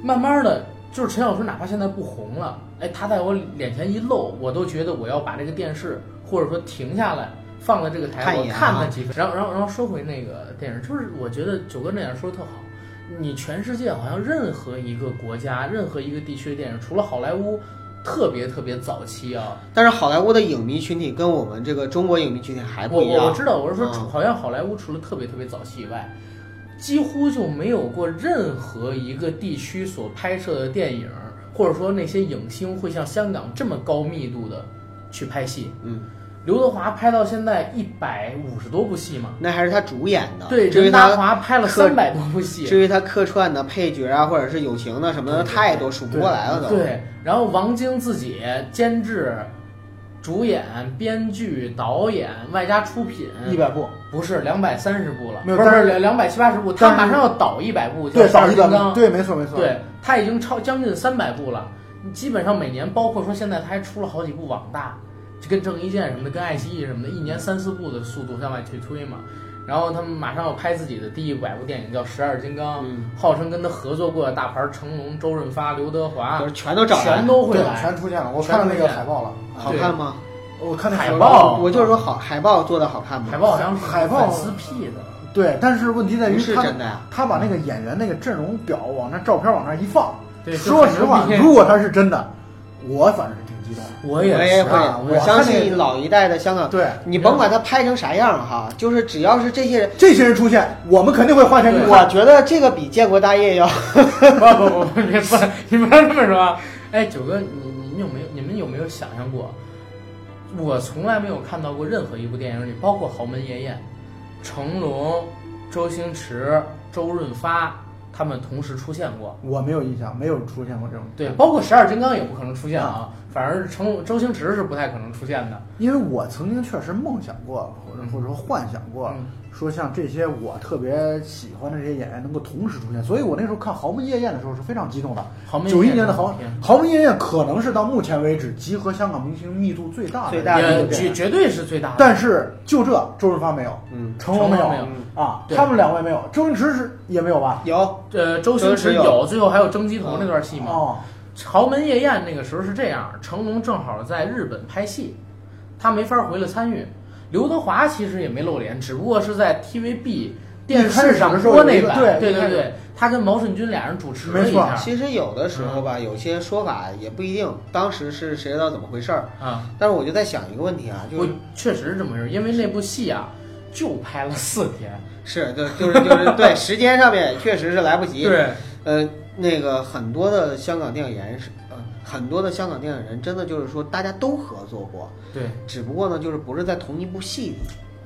Speaker 2: 慢慢的。就是陈小春，哪怕现在不红了，哎，他在我脸前一露，我都觉得我要把这个电视或者说停下来，放在这个台，
Speaker 3: 看一
Speaker 2: 我
Speaker 3: 眼啊
Speaker 2: 看他几分。然后，然后，然后说回那个电影，就是我觉得九哥那样说的特好，你全世界好像任何一个国家、任何一个地区的电影，除了好莱坞特别特别早期啊，
Speaker 3: 但是好莱坞的影迷群体跟我们这个中国影迷群体还不
Speaker 2: 我
Speaker 3: 一样。
Speaker 2: 我我知道，我是说，
Speaker 3: 嗯
Speaker 2: 好像好莱坞除了特别特别早期以外，几乎就没有过任何一个地区所拍摄的电影，或者说那些影星会像香港这么高密度的去拍戏。
Speaker 3: 嗯。
Speaker 2: 刘德华拍到现在一百五十多部戏嘛，
Speaker 3: 那还是他主演的。
Speaker 2: 对，
Speaker 3: 至于
Speaker 2: 任达
Speaker 3: 啊他
Speaker 2: 华拍了
Speaker 3: 客
Speaker 2: 三百多部戏，
Speaker 3: 至于他客串的配角啊，或者是友情的什么的，
Speaker 2: 对对
Speaker 3: 太多数不过来了都。，
Speaker 2: 对，然后王晶自己监制、主演、编剧、导演，外加出品，
Speaker 1: 一百部，
Speaker 2: 不是两百三十部了，
Speaker 1: 没有
Speaker 2: 不是
Speaker 1: 但是
Speaker 2: 两两百七八十部，
Speaker 1: 但是
Speaker 2: 他马上要导一百部，
Speaker 1: 对，
Speaker 2: 叫《
Speaker 1: 少
Speaker 2: 十
Speaker 1: 一
Speaker 2: 金
Speaker 1: 个
Speaker 2: 刚》，
Speaker 1: 对，没错没错，
Speaker 2: 对，他已经超将近三百部了，基本上每年，包括说现在他还出了好几部网大，就跟郑伊健什么的，跟爱奇艺什么的，一年三四部的速度向外去推嘛。然后他们马上要拍自己的第一百部电影，叫《十二金刚》，
Speaker 3: 嗯
Speaker 2: 号称跟他合作过的大牌成龙、周润发、刘德华
Speaker 3: 就是全都找来
Speaker 2: 全都会
Speaker 1: 对，
Speaker 2: 来，
Speaker 1: 全出现了，我
Speaker 2: 全
Speaker 1: 看到那
Speaker 2: 出
Speaker 1: 个
Speaker 2: 现
Speaker 1: 海报了，
Speaker 3: 好看吗？
Speaker 1: 我看那
Speaker 2: 海报
Speaker 3: 我就是说好海报做的好看吗？
Speaker 2: 海报好像是
Speaker 1: 海报
Speaker 2: 粉丝 P 的，
Speaker 1: 对，但是问题在于
Speaker 3: 不是
Speaker 1: 他
Speaker 3: 真的呀
Speaker 1: 他把那个演员那个阵容表往那照片往那一放，
Speaker 2: 对
Speaker 1: 说实
Speaker 2: 就
Speaker 1: 话
Speaker 2: 很牛，逼
Speaker 1: 如果他是真的，我反正是挺激动的。
Speaker 2: 我
Speaker 3: 我也
Speaker 2: 是
Speaker 3: 会，
Speaker 1: 啊我
Speaker 3: 相
Speaker 1: 看那
Speaker 3: 信
Speaker 1: 个
Speaker 3: 老一代的香港，
Speaker 1: 对
Speaker 3: 你甭管他拍成啥样哈，就是只要是这些人，
Speaker 1: 这些人出现，我们肯定会花钱去
Speaker 2: 对
Speaker 3: 我
Speaker 1: 看。
Speaker 3: 觉得这个比建国大业要
Speaker 2: 不不不，别不，你不要这么说。 哎，九哥，你你你有没有你们有没有想象过？我从来没有看到过任何一部电影里，包括《豪门宴宴》，成龙、周星驰、周润发他们同时出现过。
Speaker 1: 我没有印象，没有出现过这种，
Speaker 2: 对，包括十二金刚也不可能出现啊，反而成龙、周星驰是不太可能出现的。
Speaker 1: 因为我曾经确实梦想过，或者
Speaker 2: 嗯
Speaker 1: 或者说幻想过
Speaker 2: 嗯，
Speaker 1: 说像这些我特别喜欢的这些演员能够同时出现，所以我那时候看《豪门夜宴》的时候是非常激动的。
Speaker 2: 豪门
Speaker 1: 九一
Speaker 2: 宴嗯
Speaker 1: 年的《豪
Speaker 2: 好片
Speaker 1: 豪门夜宴》可能是到目前为止集合香港明星密度最大的
Speaker 3: 最大
Speaker 1: 一
Speaker 3: 的
Speaker 1: 部
Speaker 3: 一
Speaker 2: 也
Speaker 3: 部
Speaker 1: 电
Speaker 2: 绝
Speaker 1: 影
Speaker 2: 绝对是最大的。
Speaker 1: 但是就这，周润发没有，
Speaker 3: 嗯
Speaker 1: 成龙没有
Speaker 2: 成龙没嗯
Speaker 1: 啊，
Speaker 2: 对
Speaker 1: 他们两位没有，周星驰是也没有吧？
Speaker 3: 有
Speaker 2: 呃，周星驰
Speaker 3: 周星驰有啊
Speaker 2: 有，最后还有蒸鸡头那段戏嘛？
Speaker 1: 哦，
Speaker 2: 豪门夜宴那个时候是这样，成龙正好在日本拍戏，他没法回来参与。刘德华其实也没露脸，只不过是在 TVB 电视上播那版
Speaker 1: 一开始的时候有一个，对
Speaker 2: 对
Speaker 1: 一开
Speaker 2: 对
Speaker 1: 始
Speaker 2: 对，他跟毛舜筠俩人主持了
Speaker 1: 没
Speaker 2: 一
Speaker 1: 错
Speaker 2: 下
Speaker 3: 其实有的时候
Speaker 2: 嗯
Speaker 3: 吧，有些说法也不一定，当时是谁知道怎么回事儿。
Speaker 2: 啊。
Speaker 3: 但是我就在想一个问题啊，就
Speaker 2: 我
Speaker 3: 是
Speaker 2: 确实是这么回事，因为那部戏啊，就拍了四天，
Speaker 3: 是，就就是就是对时间上面确实是来不及。，
Speaker 2: 对，
Speaker 3: 呃，那个很多的香港电影人是，呃，很多的香港电影人真的就是说大家都合作过，
Speaker 2: 对，
Speaker 3: 只不过呢，就是不是在同一部戏里。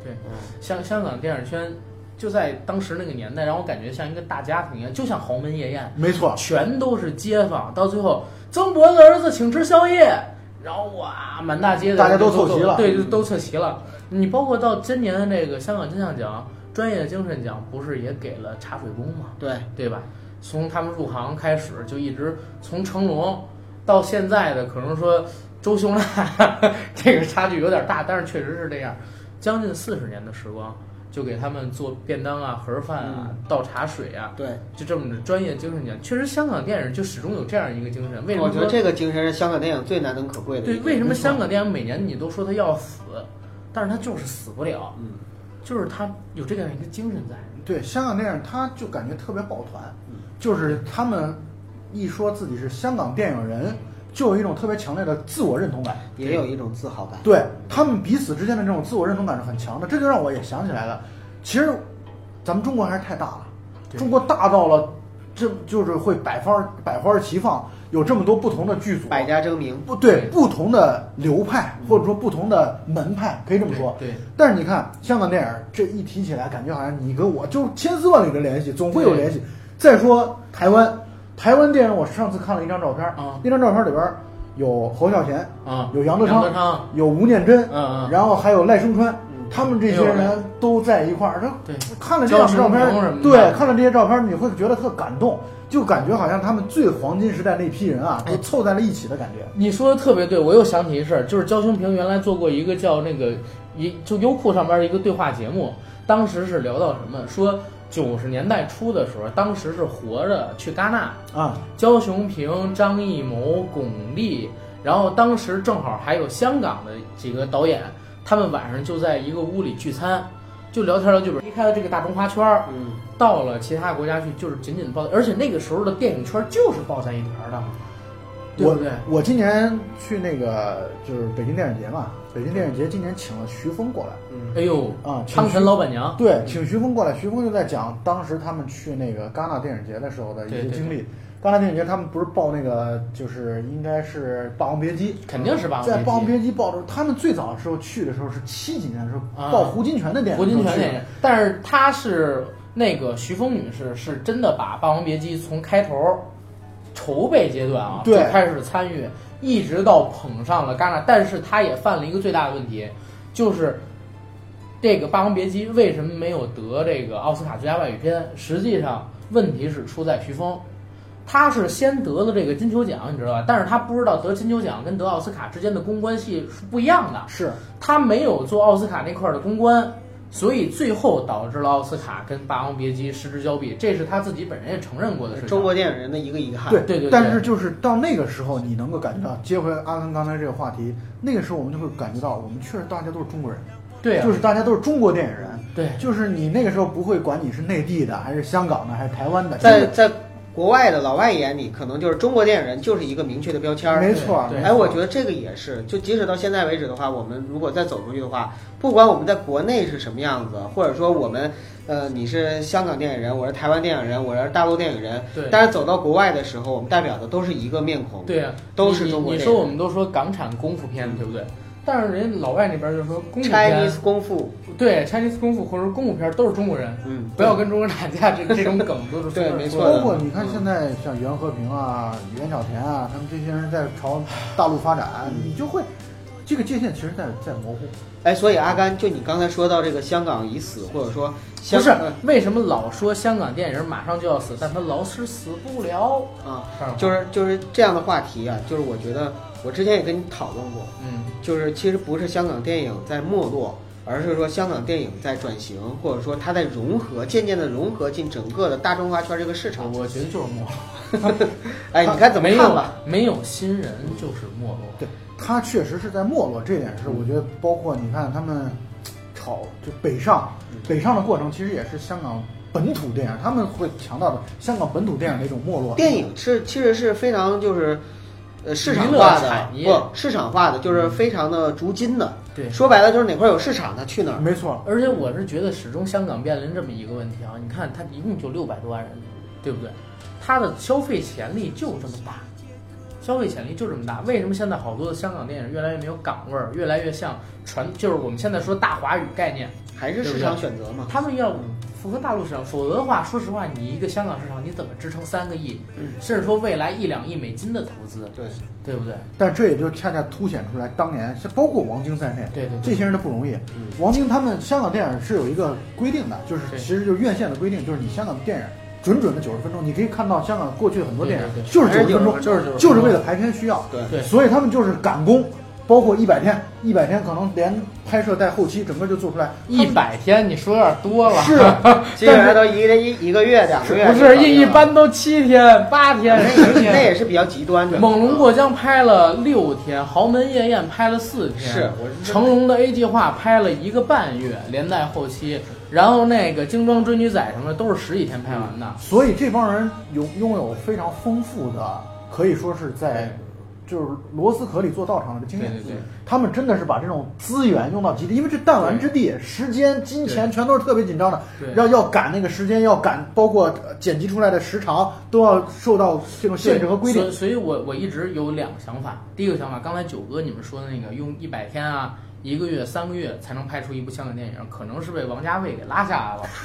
Speaker 2: 对
Speaker 3: 嗯，
Speaker 2: 香香港电影圈就在当时那个年代，让我感觉像一个大家庭一样，就像豪门夜宴，
Speaker 1: 没错，
Speaker 2: 全都是街坊，到最后曾伯的儿子请吃宵夜，然后哇，满大街的
Speaker 1: 大家都
Speaker 2: 都
Speaker 1: 凑齐了
Speaker 2: 对，就都凑齐了。你包括到今年的那个香港金像奖专业精神奖，不是也给了茶水工吗？
Speaker 3: 对，
Speaker 2: 对吧？从他们入行开始，就一直从成龙到现在的，可能说周雄啦， 这个差距有点大，但是确实是这样。将近四十年的时光，就给他们做便当啊、盒饭啊、倒茶水啊，
Speaker 3: 对，
Speaker 2: 就这么着专业精神讲，确实香港电影就始终有这样一个精神。为什
Speaker 3: 我
Speaker 2: 么
Speaker 3: 觉得
Speaker 2: 说
Speaker 3: 这个精神是香港电影最难能可贵的一
Speaker 2: 对？
Speaker 3: 个。
Speaker 2: 为什么香港电影每年你都说它要死，但是它就是死不了？
Speaker 3: 嗯，
Speaker 2: 就是它有这样一个精神在。
Speaker 1: 对香港电影，他就感觉特别抱团
Speaker 3: 嗯，
Speaker 1: 就是他们一说自己是香港电影人，就有一种特别强烈的自我认同感。
Speaker 3: 也有一种自豪感？
Speaker 1: 对他们彼此之间的这种自我认同感是很强的，这就让我也想起来了，其实咱们中国还是太大了，
Speaker 2: 对
Speaker 1: 中国大到了，这就是会百花百花齐放，有这么多不同的剧组，
Speaker 3: 百家争鸣。
Speaker 1: 不对
Speaker 2: 对
Speaker 1: 不同的流派或者说不同的门派，可以这么说。
Speaker 2: 嗯对对
Speaker 1: 但是你看香港电影这一提起来，感觉好像你跟我就千丝万缕的联系，总会有联系。再说台湾，台湾电影我上次看了一张照片，
Speaker 2: 啊
Speaker 1: 那张照片里边有侯孝贤，
Speaker 2: 啊
Speaker 1: 有杨德
Speaker 2: 杨
Speaker 1: 昌，
Speaker 2: 德昌
Speaker 1: 有吴念真，
Speaker 2: 嗯嗯
Speaker 1: 然后还有赖声川。
Speaker 3: 嗯
Speaker 1: 他们这些
Speaker 2: 哎呦
Speaker 1: 人都在一块儿，他
Speaker 2: 对
Speaker 1: 看了这样的照片
Speaker 2: 赵成龙什么的，
Speaker 1: 对，看了这些照片，你会觉得特感动，就感觉好像他们最黄金时代那批人啊，都
Speaker 2: 哎
Speaker 1: 凑在了一起的感觉。
Speaker 2: 你说的特别对，我又想起一事儿，就是焦雄平原来做过一个叫那个一就优酷上边的一个对话节目，当时是聊到什么？说九十年代初的时候，当时是活着去戛纳，
Speaker 1: 啊，
Speaker 2: 焦雄平、张艺谋、巩俐，然后当时正好还有香港的几个导演，他们晚上就在一个屋里聚餐，就聊天聊剧本，离开了这个大中华圈儿，
Speaker 3: 嗯，
Speaker 2: 到了其他国家去，就是紧紧抱，而且那个时候的电影圈就是抱在一团儿的，对
Speaker 1: 我
Speaker 2: 不对？
Speaker 1: 我今年去那个就是北京电影节嘛，北京电影节今年请了徐峰过来，
Speaker 2: 哎呦
Speaker 1: 啊请
Speaker 2: 汤臣
Speaker 1: 去
Speaker 2: 老板娘，
Speaker 1: 对，请徐峰过来，徐峰就在讲当时他们去那个戛纳电影节的时候的一
Speaker 2: 对
Speaker 1: 些
Speaker 2: 对对
Speaker 1: 经历。戛纳电影节他们不是报那个就是应该是《霸王别姬》，
Speaker 2: 肯定是霸王
Speaker 1: 在
Speaker 2: 别
Speaker 1: 《霸王
Speaker 2: 姬
Speaker 1: 别姬》报的时候，他们最早的时候去的时候是七几年的时候
Speaker 2: 啊
Speaker 1: 报胡金铨的电影，
Speaker 2: 胡金铨那人，但是她是那个徐峰女士，是真的把《霸王别姬》从开头筹备阶段啊，就
Speaker 1: 对
Speaker 2: 开始参与，一直到捧上了戛纳，但是她也犯了一个最大的问题，就是。这个《霸王别姬》为什么没有得这个奥斯卡最佳外语片？实际上问题是出在徐峰，他是先得了这个金球奖，你知道吧？但是他不知道得金球奖跟得奥斯卡之间的公关系是不一样的。
Speaker 1: 是
Speaker 2: 他没有做奥斯卡那块儿的公关，所以最后导致了奥斯卡跟《霸王别姬》失之交臂，这是他自己本人也承认过的事情。
Speaker 3: 中国电影人的一个遗憾。
Speaker 1: 对
Speaker 2: 啊对对
Speaker 1: 但是就是到那个时候，你能够感觉到，接回阿甘刚才这个话题，那个时候我们就会感觉到，我们确实大家都是中国人，
Speaker 2: 对啊，
Speaker 1: 就是大家都是中国电影人，
Speaker 2: 对
Speaker 1: 就是你那个时候不会管你是内地的还是香港的还是台湾的，
Speaker 3: 在在国外的老外眼里，可能就是中国电影人就是一个明确的标签儿。
Speaker 1: 没错，
Speaker 2: 对
Speaker 1: 没错
Speaker 3: 哎，我觉得这个也是，就即使到现在为止的话，我们如果再走出去的话，不管我们在国内是什么样子，或者说我们，呃，你是香港电影人，我是台湾电影人，我是大陆电影人，
Speaker 2: 对
Speaker 3: 但是走到国外的时候，我们代表的都是一个面孔。
Speaker 2: 对啊，
Speaker 3: 都是
Speaker 2: 你
Speaker 3: 中国
Speaker 2: 你
Speaker 3: 电
Speaker 2: 你
Speaker 3: 影
Speaker 2: 说我们都说港产功夫片，对不对？但是人家老外那边就说功夫片
Speaker 3: ，Chinese 功夫，
Speaker 2: 对 Chinese 功夫或者说功夫片都是中国人，
Speaker 3: 嗯，
Speaker 2: 不要跟中国人打架，这这种梗都是
Speaker 3: 对
Speaker 2: 中国人
Speaker 3: 没
Speaker 2: 说
Speaker 3: 错
Speaker 2: 的
Speaker 1: 包括你看现在像袁和平啊、袁小田啊，他们这些人在朝大陆发展，你就会这个界限其实在在模糊。
Speaker 3: 哎，所以阿甘，就你刚才说到这个香港已死，或者说香
Speaker 2: 不是
Speaker 3: 呃
Speaker 2: 为什么老说香港电影马上就要死，但他老是死不了？
Speaker 3: 啊，
Speaker 2: 这样吗
Speaker 3: 就是就是这样的话题啊，就是我觉得我之前也跟你讨论过，
Speaker 2: 嗯，
Speaker 3: 就是其实不是香港电影在没落，而是说香港电影在转型，或者说它在融合，渐渐的融合进整个的大中华圈这个市场。
Speaker 2: 我觉得就是没落。
Speaker 3: 哎，你看怎么
Speaker 2: 没
Speaker 3: 看
Speaker 2: 有
Speaker 3: 吧？
Speaker 2: 没有新人就是没落。
Speaker 1: 对，他确实是在没落，这点是我觉得，包括你看他们炒就北上，北上的过程其实也是香港本土电影，他们会强调的香港本土电影的一种没落。
Speaker 3: 电影是其实是非常就是，呃，市场
Speaker 2: 娱乐
Speaker 3: 化的
Speaker 2: 产，业嗯
Speaker 3: 不市场化的，就是非常的逐金的。
Speaker 2: 对
Speaker 3: 说白了就是哪块有市场，他去哪儿。
Speaker 1: 没错，
Speaker 2: 而且我是觉得始终香港面临这么一个问题啊，你看它一共就六百多万人，对不对？它的消费潜力就这么大，消费潜力就这么大。为什么现在好多的香港电影越来越没有港味儿，越来越像传，就是我们现在说大华语概念，
Speaker 3: 还是市场选择嘛？
Speaker 2: 他们要符合大陆市场，否则的话，说实话，你一个香港市场你怎么支撑三个亿，甚至说未来一两亿美金的投资，
Speaker 3: 嗯对，
Speaker 2: 对不对？
Speaker 1: 但这也就恰恰凸显出来当年，像包括王晶在内，
Speaker 2: 对对对
Speaker 1: 这些人都不容易。王晶他们香港电影是有一个规定的，就是
Speaker 2: 对
Speaker 1: 其实就是院线的规定，就是你香港电影准准的九十分钟，你可以看到香港过去很多电影
Speaker 2: 对对对
Speaker 1: 就是
Speaker 3: 还是
Speaker 1: 九十分钟，
Speaker 3: 90分钟
Speaker 1: 就是为了排片需要，
Speaker 3: 对
Speaker 2: 对
Speaker 1: 所以他们就是赶工，包括一百天，一百天可能连拍摄带后期整个就做出来
Speaker 2: 一百天你说有点多了，
Speaker 1: 是，
Speaker 3: 基本上都一个一一个月、两个月就
Speaker 2: 不
Speaker 3: 搞定了。
Speaker 2: 是一一般都七天、八天、
Speaker 3: 那
Speaker 2: 十
Speaker 3: 也是那
Speaker 2: 天。
Speaker 3: 也是比较极端的。
Speaker 2: 猛龙过江拍了六天，豪门夜宴拍了四天，
Speaker 3: 是我是
Speaker 2: 成龙的 A 计划拍了一个半月，连带后期，然后那个精装追女仔什么的都是十几天拍完的。
Speaker 1: 所以这帮人有拥有非常丰富的，可以说是在就是螺丝壳里做道场的经验。嗯
Speaker 2: 对对对
Speaker 1: 他们真的是把这种资源用到极致，因为这弹丸之地，时间、金钱全都是特别紧张的
Speaker 2: 对，
Speaker 1: 要要赶那个时间，要赶，包括呃剪辑出来的时长都要受到这种限制和规定
Speaker 2: 所。以所以我我一直有两个想法，第一个想法，刚才九哥你们说的那个用一百天啊。一个月、三个月才能拍出一部香港电影，可能是被王家卫给拉下来了。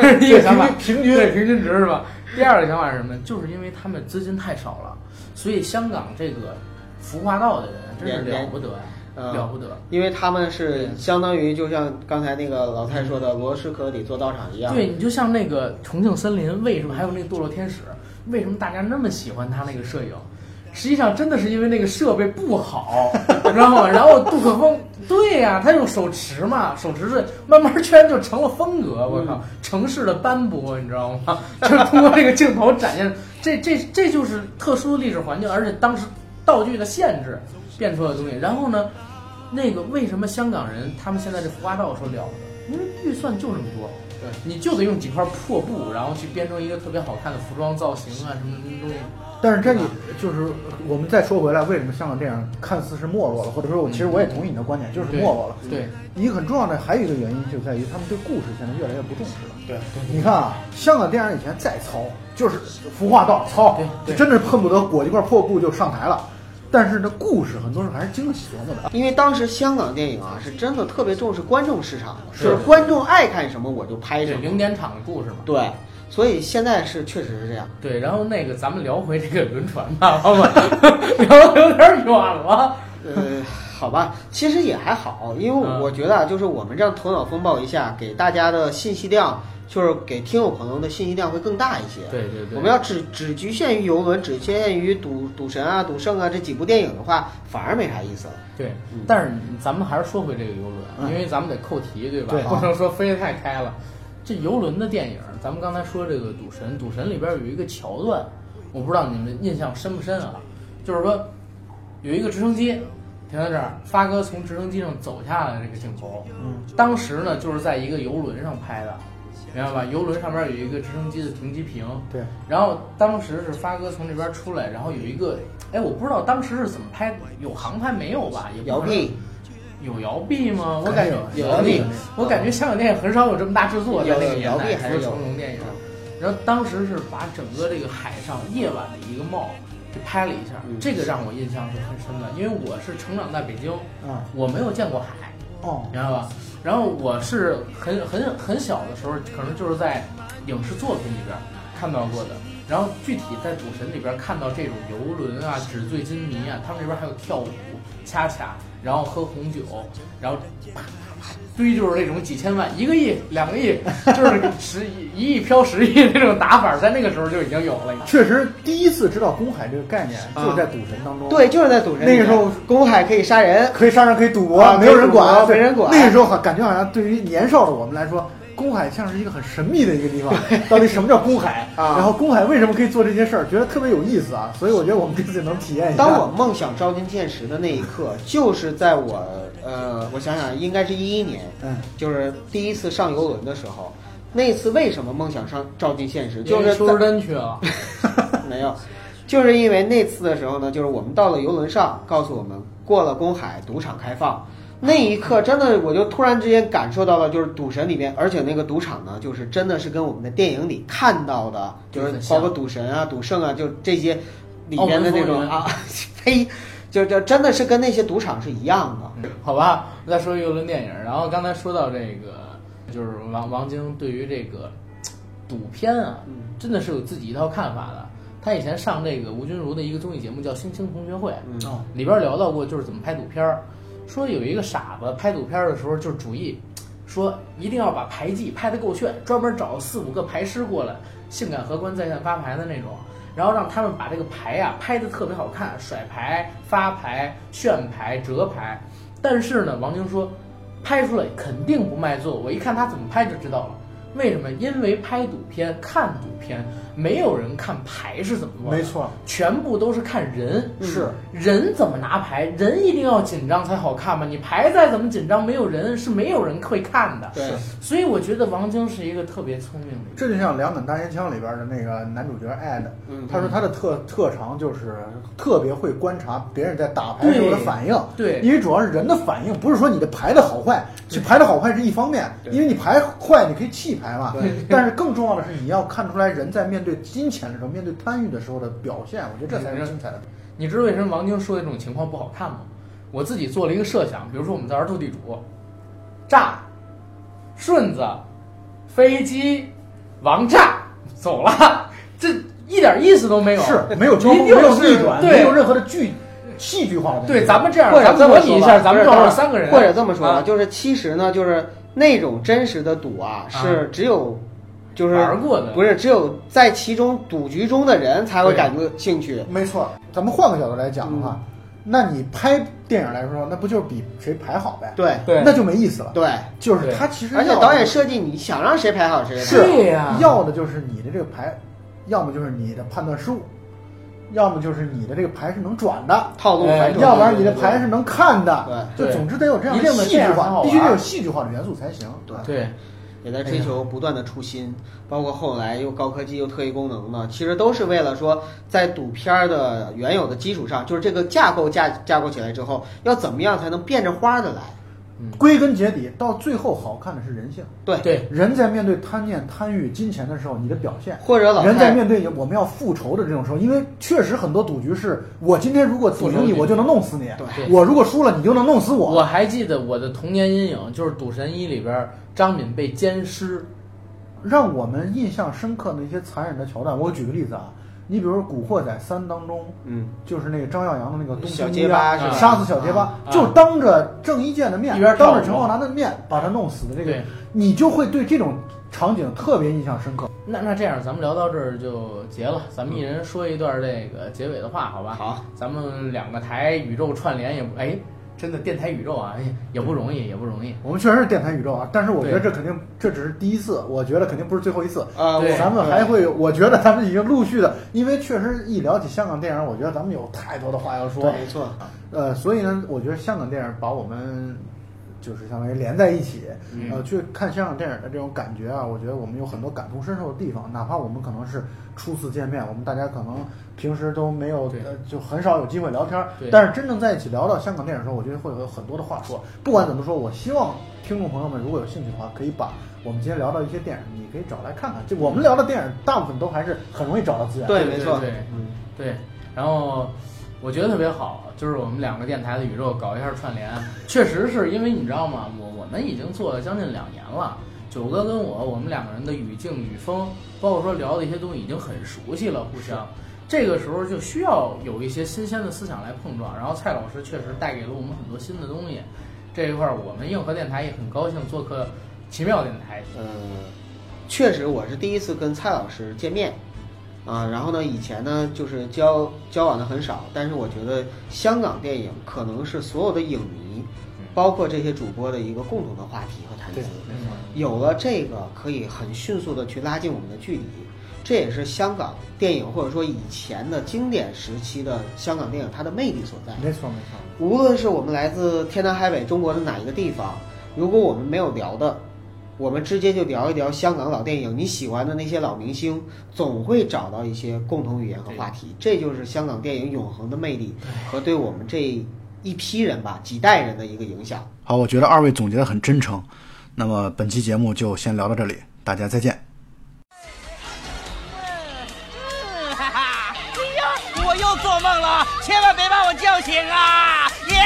Speaker 2: 这是第一个想法，
Speaker 1: 平均平均
Speaker 2: 对平均值是吧？第二个想法是什么？就是因为他们资金太少了，所以香港这个服化道的人真是了不得呀，
Speaker 3: 嗯
Speaker 2: 了不得。
Speaker 3: 因为他们是相当于就像刚才那个老蔡说的，螺丝壳里做道场一样。
Speaker 2: 嗯对，你就像那个《重庆森林》，为什么还有那个《堕落天使》？为什么大家那么喜欢他那个摄影？实际上真的是因为那个设备不好，你知道吗？然后杜可风，对呀、他用手持嘛，手持是慢慢圈就成了风格。我靠，城市的斑驳，你知道吗？就是通过这个镜头展现，这这这就是特殊的历史环境，而且当时道具的限制变出来的东西。然后呢，那个为什么香港人他们现在这浮夸道说了不得？因为预算就这么多，
Speaker 3: 对
Speaker 2: 你就得用几块破布，然后去编成一个特别好看的服装造型啊，什么什么东西。
Speaker 1: 但是这里
Speaker 3: 嗯
Speaker 1: 就是我们再说回来，为什么香港电影看似是没落了，或者说我其实我也同意你的观
Speaker 3: 嗯
Speaker 1: 点，就是没落了。
Speaker 2: 对，
Speaker 1: 一个很重要的还有一个原因就在于他们对故事现在越来越不重视了。
Speaker 3: 对，
Speaker 1: 你看啊，香港电影以前再糙，就是服化道糙就
Speaker 2: 对，对
Speaker 1: 真的恨不得裹一块破布就上台了。但是这故事很多时候还是经得起琢磨的。
Speaker 3: 因为当时香港电影啊，是真的特别重视观众市场的，
Speaker 2: 是
Speaker 3: 就是观众爱看什么我就拍
Speaker 2: 对
Speaker 3: 什
Speaker 2: 零
Speaker 3: 么。
Speaker 2: 点场的故事嘛。
Speaker 3: 对，所以现在是确实是这样。
Speaker 2: 对，然后那个咱们聊回这个轮船吧，好吧？ 聊的有点远了。
Speaker 3: 呃，好吧，其实也还好，因为
Speaker 2: 嗯
Speaker 3: 我觉得啊，就是我们这样头脑风暴一下，给大家的信息量，就是给听友朋友的信息量会更大一些。
Speaker 2: 对对对，
Speaker 3: 我们要只只局限于游轮，只局限于赌赌神啊、赌圣啊这几部电影的话，反而没啥意思了。
Speaker 2: 对，
Speaker 3: 嗯
Speaker 2: 但是咱们还是说回这个游轮，因为咱们得扣题，对吧？
Speaker 1: 对
Speaker 2: 不能说飞得太开了。这游轮的电影，咱们刚才说这个《赌神》，《赌神》里边有一个桥段，我不知道你们印象深不深啊？就是说有一个直升机停在这儿，发哥从直升机上走下来的这个镜头，
Speaker 1: 嗯，
Speaker 2: 当时呢就是在一个游轮上拍的，明白吧？游轮上面有一个直升机的停机坪，
Speaker 1: 嗯对，
Speaker 2: 然后当时是发哥从这边出来，然后有一个，哎，我不知道当时是怎么拍，有航拍没有吧？也不
Speaker 3: 摇
Speaker 2: 可能
Speaker 3: 臂，
Speaker 2: 有摇臂吗？我感觉
Speaker 1: 肯定
Speaker 3: 有
Speaker 2: 有摇臂
Speaker 3: 有，
Speaker 2: 我感觉香港电影很少有这么大制作，在
Speaker 3: 有
Speaker 2: 那个
Speaker 3: 有
Speaker 2: 年
Speaker 3: 摇
Speaker 2: 代，
Speaker 3: 臂还
Speaker 2: 除了
Speaker 3: 是有
Speaker 2: 成龙电影。然后当时是把整个这个海上夜晚的一个貌给拍了一下，
Speaker 3: 嗯
Speaker 2: 这个让我印象是很深的，因为我是成长在北京，
Speaker 3: 嗯
Speaker 1: 啊、
Speaker 2: 我没有见过海，
Speaker 1: 哦，
Speaker 2: 明白吧？然后我是很很很小的时候，可能就是在影视作品里边看到过的。然后具体在《赌神》里边看到这种游轮啊、纸醉金迷啊，他们这边还有跳舞、恰恰，然后喝红酒，然后啪啪啪堆就是那种几千万、一个亿、两个亿，就是 十亿一亿飘十亿那种打法，在那个时候就已经有了。
Speaker 1: 确实第一次知道公海这个概念
Speaker 3: 啊
Speaker 1: 就是在赌神当中。
Speaker 3: 对，，就是在赌神里面
Speaker 1: 那个时候
Speaker 3: 公海可以杀人，
Speaker 1: 可以杀人，可以赌博，
Speaker 3: 啊
Speaker 1: 没有人
Speaker 3: 可以赌
Speaker 1: 管，
Speaker 3: 博没人管
Speaker 1: 对那个时候好感觉好像对于年少的我们来说。公海像是一个很神秘的一个地 方，到底什么叫公海？
Speaker 3: 啊
Speaker 1: 然后公海为什么可以做这些事儿？觉得特别有意思啊！所以我觉得我们这次能体验一下。
Speaker 3: 当我梦想照进现实的那一刻，就是在我呃，我想想，应该是一一年，
Speaker 1: 嗯，
Speaker 3: 就是第一次上游轮的时候。那次为什么梦想上照进现实？就是
Speaker 2: 邱淑
Speaker 3: 在
Speaker 2: 贞去了，
Speaker 3: 没有，就是因为那次的时候呢，就是我们到了游轮上，告诉我们过了公海，赌场开放。那一刻真的，我就突然之间感受到了，就是《赌神》里面，而且那个赌场呢，就是真的是跟我们的电影里看到的，就是
Speaker 2: 很像
Speaker 3: 包括赌神啊、赌圣啊，就这些里面的那
Speaker 2: 澳门
Speaker 3: 种
Speaker 2: 风云
Speaker 3: 啊，呸，就就真的是跟那些赌场是一样的。
Speaker 2: 好吧，再说又轮电影，然后刚才说到这个，就是王王晶对于这个赌片啊，真的是有自己一套看法的。他以前上这个吴君如的一个综艺节目叫《星星同学会》，
Speaker 3: 嗯
Speaker 1: 哦，
Speaker 2: 里边聊到过就是怎么拍赌片儿，说有一个傻子拍赌片儿的时候就是主意，说一定要把牌技拍得够炫，专门找四五个牌师过来，性感荷官在线发牌的那种，然后让他们把这个牌呀、拍得特别好看，甩牌、发牌、炫牌、折牌。但是呢，王晶说，拍出来肯定不卖座，我一看他怎么拍就知道了。为什么？因为拍赌片、看赌片，没有人看牌是怎么做的，
Speaker 1: 没错，
Speaker 2: 全部都是看人，
Speaker 1: 是
Speaker 2: 人怎么拿牌，人一定要紧张才好看嘛。你牌再怎么紧张，没有人是没有人会看的。
Speaker 3: 对，
Speaker 2: 所以我觉得王晶是一个特别聪明的人。
Speaker 1: 这就像《两杆大烟枪》里边的那个男主角 Ed，
Speaker 3: 嗯
Speaker 1: 他说他的特特长就是特别会观察别人在打牌时候的反应，
Speaker 2: 对对
Speaker 1: 因为主要是人的反应，不是说你的牌的好坏，其实牌的好坏是一方面，
Speaker 3: 对
Speaker 1: 因为你牌坏你可以弃牌嘛
Speaker 3: 对，
Speaker 1: 但是更重要的是你要看出来人在面对金钱的时候、面对贪欲的时候的表现，我觉得这才是精彩的。
Speaker 2: 你知道为什么王晶说的这种情况不好看吗？我自己做了一个设想，比如说我们在玩斗地主，炸、顺子、飞机、王炸走了， 这一点意思都没有。
Speaker 1: 是没有交锋，
Speaker 2: 一
Speaker 1: 没
Speaker 2: 定
Speaker 1: 有
Speaker 2: 是
Speaker 1: 逆转，
Speaker 2: 对
Speaker 1: 没有任何的剧戏剧化的东西。
Speaker 2: 对，咱们这样，
Speaker 3: 或
Speaker 2: 咱
Speaker 3: 者这
Speaker 2: 们模
Speaker 3: 么
Speaker 2: 拟
Speaker 3: 说
Speaker 2: 一
Speaker 3: 吧
Speaker 2: 下，咱们正好三个人，
Speaker 3: 或者这么说吧，
Speaker 2: 啊
Speaker 3: 就是其实呢，就是那种真实的赌啊，是只有就是
Speaker 2: 玩过的
Speaker 3: 不是只有在其中赌局中的人才会
Speaker 2: 对
Speaker 3: 感觉兴趣。
Speaker 1: 没错，咱们换个角度来讲的话，
Speaker 3: 嗯
Speaker 1: 那你拍电影来说，那不就是比谁排好呗？
Speaker 3: 对
Speaker 2: 对
Speaker 1: 那就没意思了。
Speaker 3: 对，
Speaker 1: 就是他其实要
Speaker 3: 而
Speaker 1: 的，
Speaker 3: 且导演设计，你想让谁排好谁排好。
Speaker 1: 是
Speaker 2: 对呀
Speaker 1: 要的就是你的这个牌，要么就是你的判断失误，要么就是你的这个牌是能转的，
Speaker 3: 套路
Speaker 2: 哎
Speaker 3: 反转，
Speaker 1: 要不然你的牌是能看的。
Speaker 3: 对
Speaker 1: 就
Speaker 2: 对
Speaker 1: 总之得有这样
Speaker 2: 一定得
Speaker 1: 戏剧
Speaker 2: 这样才好
Speaker 1: 化，
Speaker 2: 玩
Speaker 1: 必须得有戏剧化的元素才行。
Speaker 3: 对
Speaker 2: 对，
Speaker 3: 也在追求不断的出新，包括后来又高科技又特异功能的，其实都是为了说在赌片儿的原有的基础上，就是这个架构架架构起来之后，要怎么样才能变着花的来？
Speaker 1: 归根结底，到最后好看的是人性。
Speaker 3: 对
Speaker 2: 对，
Speaker 1: 人在面对贪念、贪欲、金钱的时候，你的表现，
Speaker 3: 或者老
Speaker 1: 人
Speaker 3: 太
Speaker 1: 在面对我们要复仇的这种时候，因为确实很多赌局是我今天如果赌赢
Speaker 2: 复仇
Speaker 1: 你，
Speaker 2: 局
Speaker 1: 我就能弄死你；
Speaker 2: 对
Speaker 1: 我如果输了，你就能弄死
Speaker 2: 我还记得我的童年阴影就是《赌神一》里边张敏被奸尸，
Speaker 1: 让我们印象深刻的一些残忍的桥段，我举个例子啊，你比如说《古惑仔三》当中，
Speaker 3: 嗯，
Speaker 1: 就是那个张耀扬的那个东
Speaker 3: 小
Speaker 1: 京
Speaker 3: 结
Speaker 1: 一
Speaker 3: 巴
Speaker 1: 案
Speaker 2: 是吧
Speaker 1: 杀死小结巴
Speaker 2: 啊，啊
Speaker 1: 就当着郑伊健的面
Speaker 2: 一边，跳
Speaker 1: 当
Speaker 2: 舞
Speaker 1: 着陈浩南的面把他弄死的这个
Speaker 2: 对，
Speaker 1: 你就会对这种场景特别印象深刻。
Speaker 2: 那那这样，咱们聊到这儿就结了，咱们一人说一段这个结尾的话，好吧？
Speaker 3: 好，
Speaker 2: 咱们两个台宇宙串联也不哎，真的电台宇宙啊，哎也不容易，也不容易。
Speaker 1: 我们确实是电台宇宙啊，但是我觉得这
Speaker 2: 对啊
Speaker 1: 肯定这只是第一次，我觉得肯定不是最后一次。
Speaker 3: 呃，
Speaker 2: 对
Speaker 1: 咱们还会，我觉得咱们已经陆续的，因为确实一聊起香港电影，我觉得咱们有太多的话要说
Speaker 3: 对，。没错，
Speaker 1: 呃，所以呢，我觉得香港电影把我们就是相当于连在一起，
Speaker 3: 嗯
Speaker 1: 呃，去看香港电影的这种感觉啊，我觉得我们有很多感同身受的地方，哪怕我们可能是初次见面，我们大家可能平时都没有
Speaker 2: 对，
Speaker 1: 呃，就很少有机会聊天儿
Speaker 2: 对，
Speaker 1: 但是真正在一起聊到香港电影的时候，我觉得会有很多的话说。不管怎么说，我希望听众朋友们如果有兴趣的话，可以把。我们今天聊到一些电影，你可以找来看看。就我们聊的电影，大部分都还是很容易找到资源。
Speaker 3: 对，没错，
Speaker 2: 对
Speaker 3: 嗯，
Speaker 2: 对，然后我觉得特别好，就是我们两个电台的宇宙搞一下串联，确实是因为你知道吗？我我们已经做了将近两年了，九哥跟我，我们两个人的语境、语风，包括说聊的一些东西，已经很熟悉了，互相。这个时候就需要有一些新鲜的思想来碰撞，然后蔡老师确实带给了我们很多新的东西，这一块儿我们硬核电台也很高兴做客奇妙电台，
Speaker 3: 呃，确实我是第一次跟蔡老师见面，啊，然后呢，以前呢就是交交往的很少，但是我觉得香港电影可能是所有的影迷，包括这些主播的一个共同的话题和谈资
Speaker 1: 嗯对。嗯
Speaker 3: 有了这个，可以很迅速的去拉近我们的距离。这也是香港电影或者说以前的经典时期的香港电影它的魅力所在。
Speaker 1: 没错没错。
Speaker 3: 无论是我们来自天南海北中国的哪一个地方，如果我们没有聊的，我们直接就聊一聊香港老电影，你喜欢的那些老明星，总会找到一些共同语言和话题。这就是香港电影永恒的魅力和对我们这一批人吧，几代人的一个影响。
Speaker 6: 好，我觉得二位总结的很真诚。那么本期节目就先聊到这里，大家再见。
Speaker 7: 哈哈！哎 呀，我又做梦了，千万别把我叫醒啊！耶、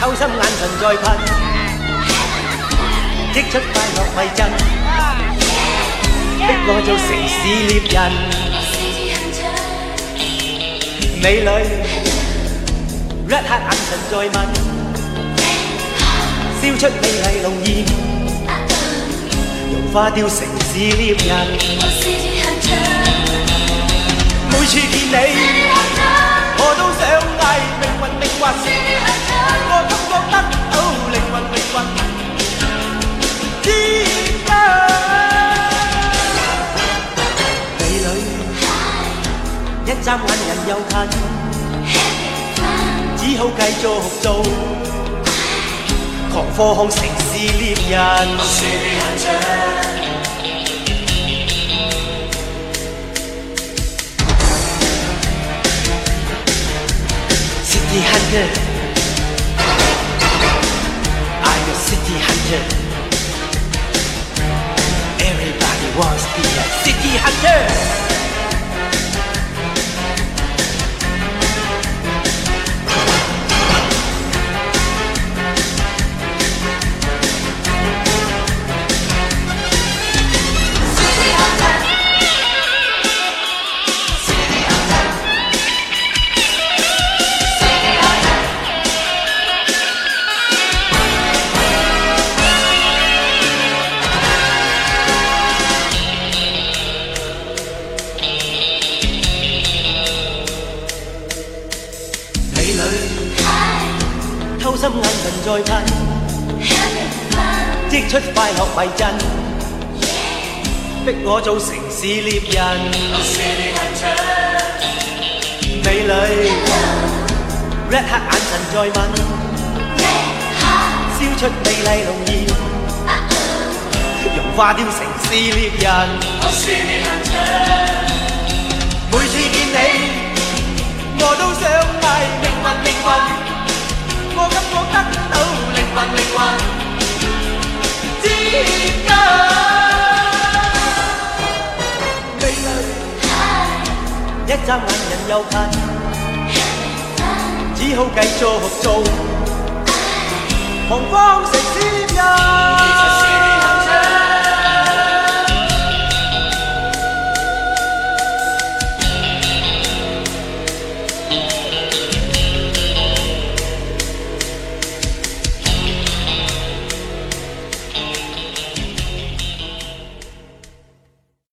Speaker 8: 偷心眼神再困，激出快樂為真，逼我做城市獵人。美女，一刻眼神再問，燒出美麗怒焰，融化掉城市獵人。每次見你，我都想嗌命運命運。我感覺得到靈魂靈魂之間。美女，一眨眼人又近，只好繼續做狂科控城市獵人。City Hunter I'm a city hunter Everybody wants to be a city hunter Mỹ nữ Thâu xâm ngân thần rồi thân Chiết xuất phai học bài chân Bích ngõ châu sỉnh xí liệp dân Mỹ nữ Red hạt ánh thần rồi mắn Siêu xuất mây lay lòng nhiên Dùng hoa điêu sỉnh xí liệp dân Mỗi khi nhìn thấy 我都想嗌命運命運，我感覺得到靈魂靈魂之間。美女，一眨眼人又近，只好繼續做狂風城市人。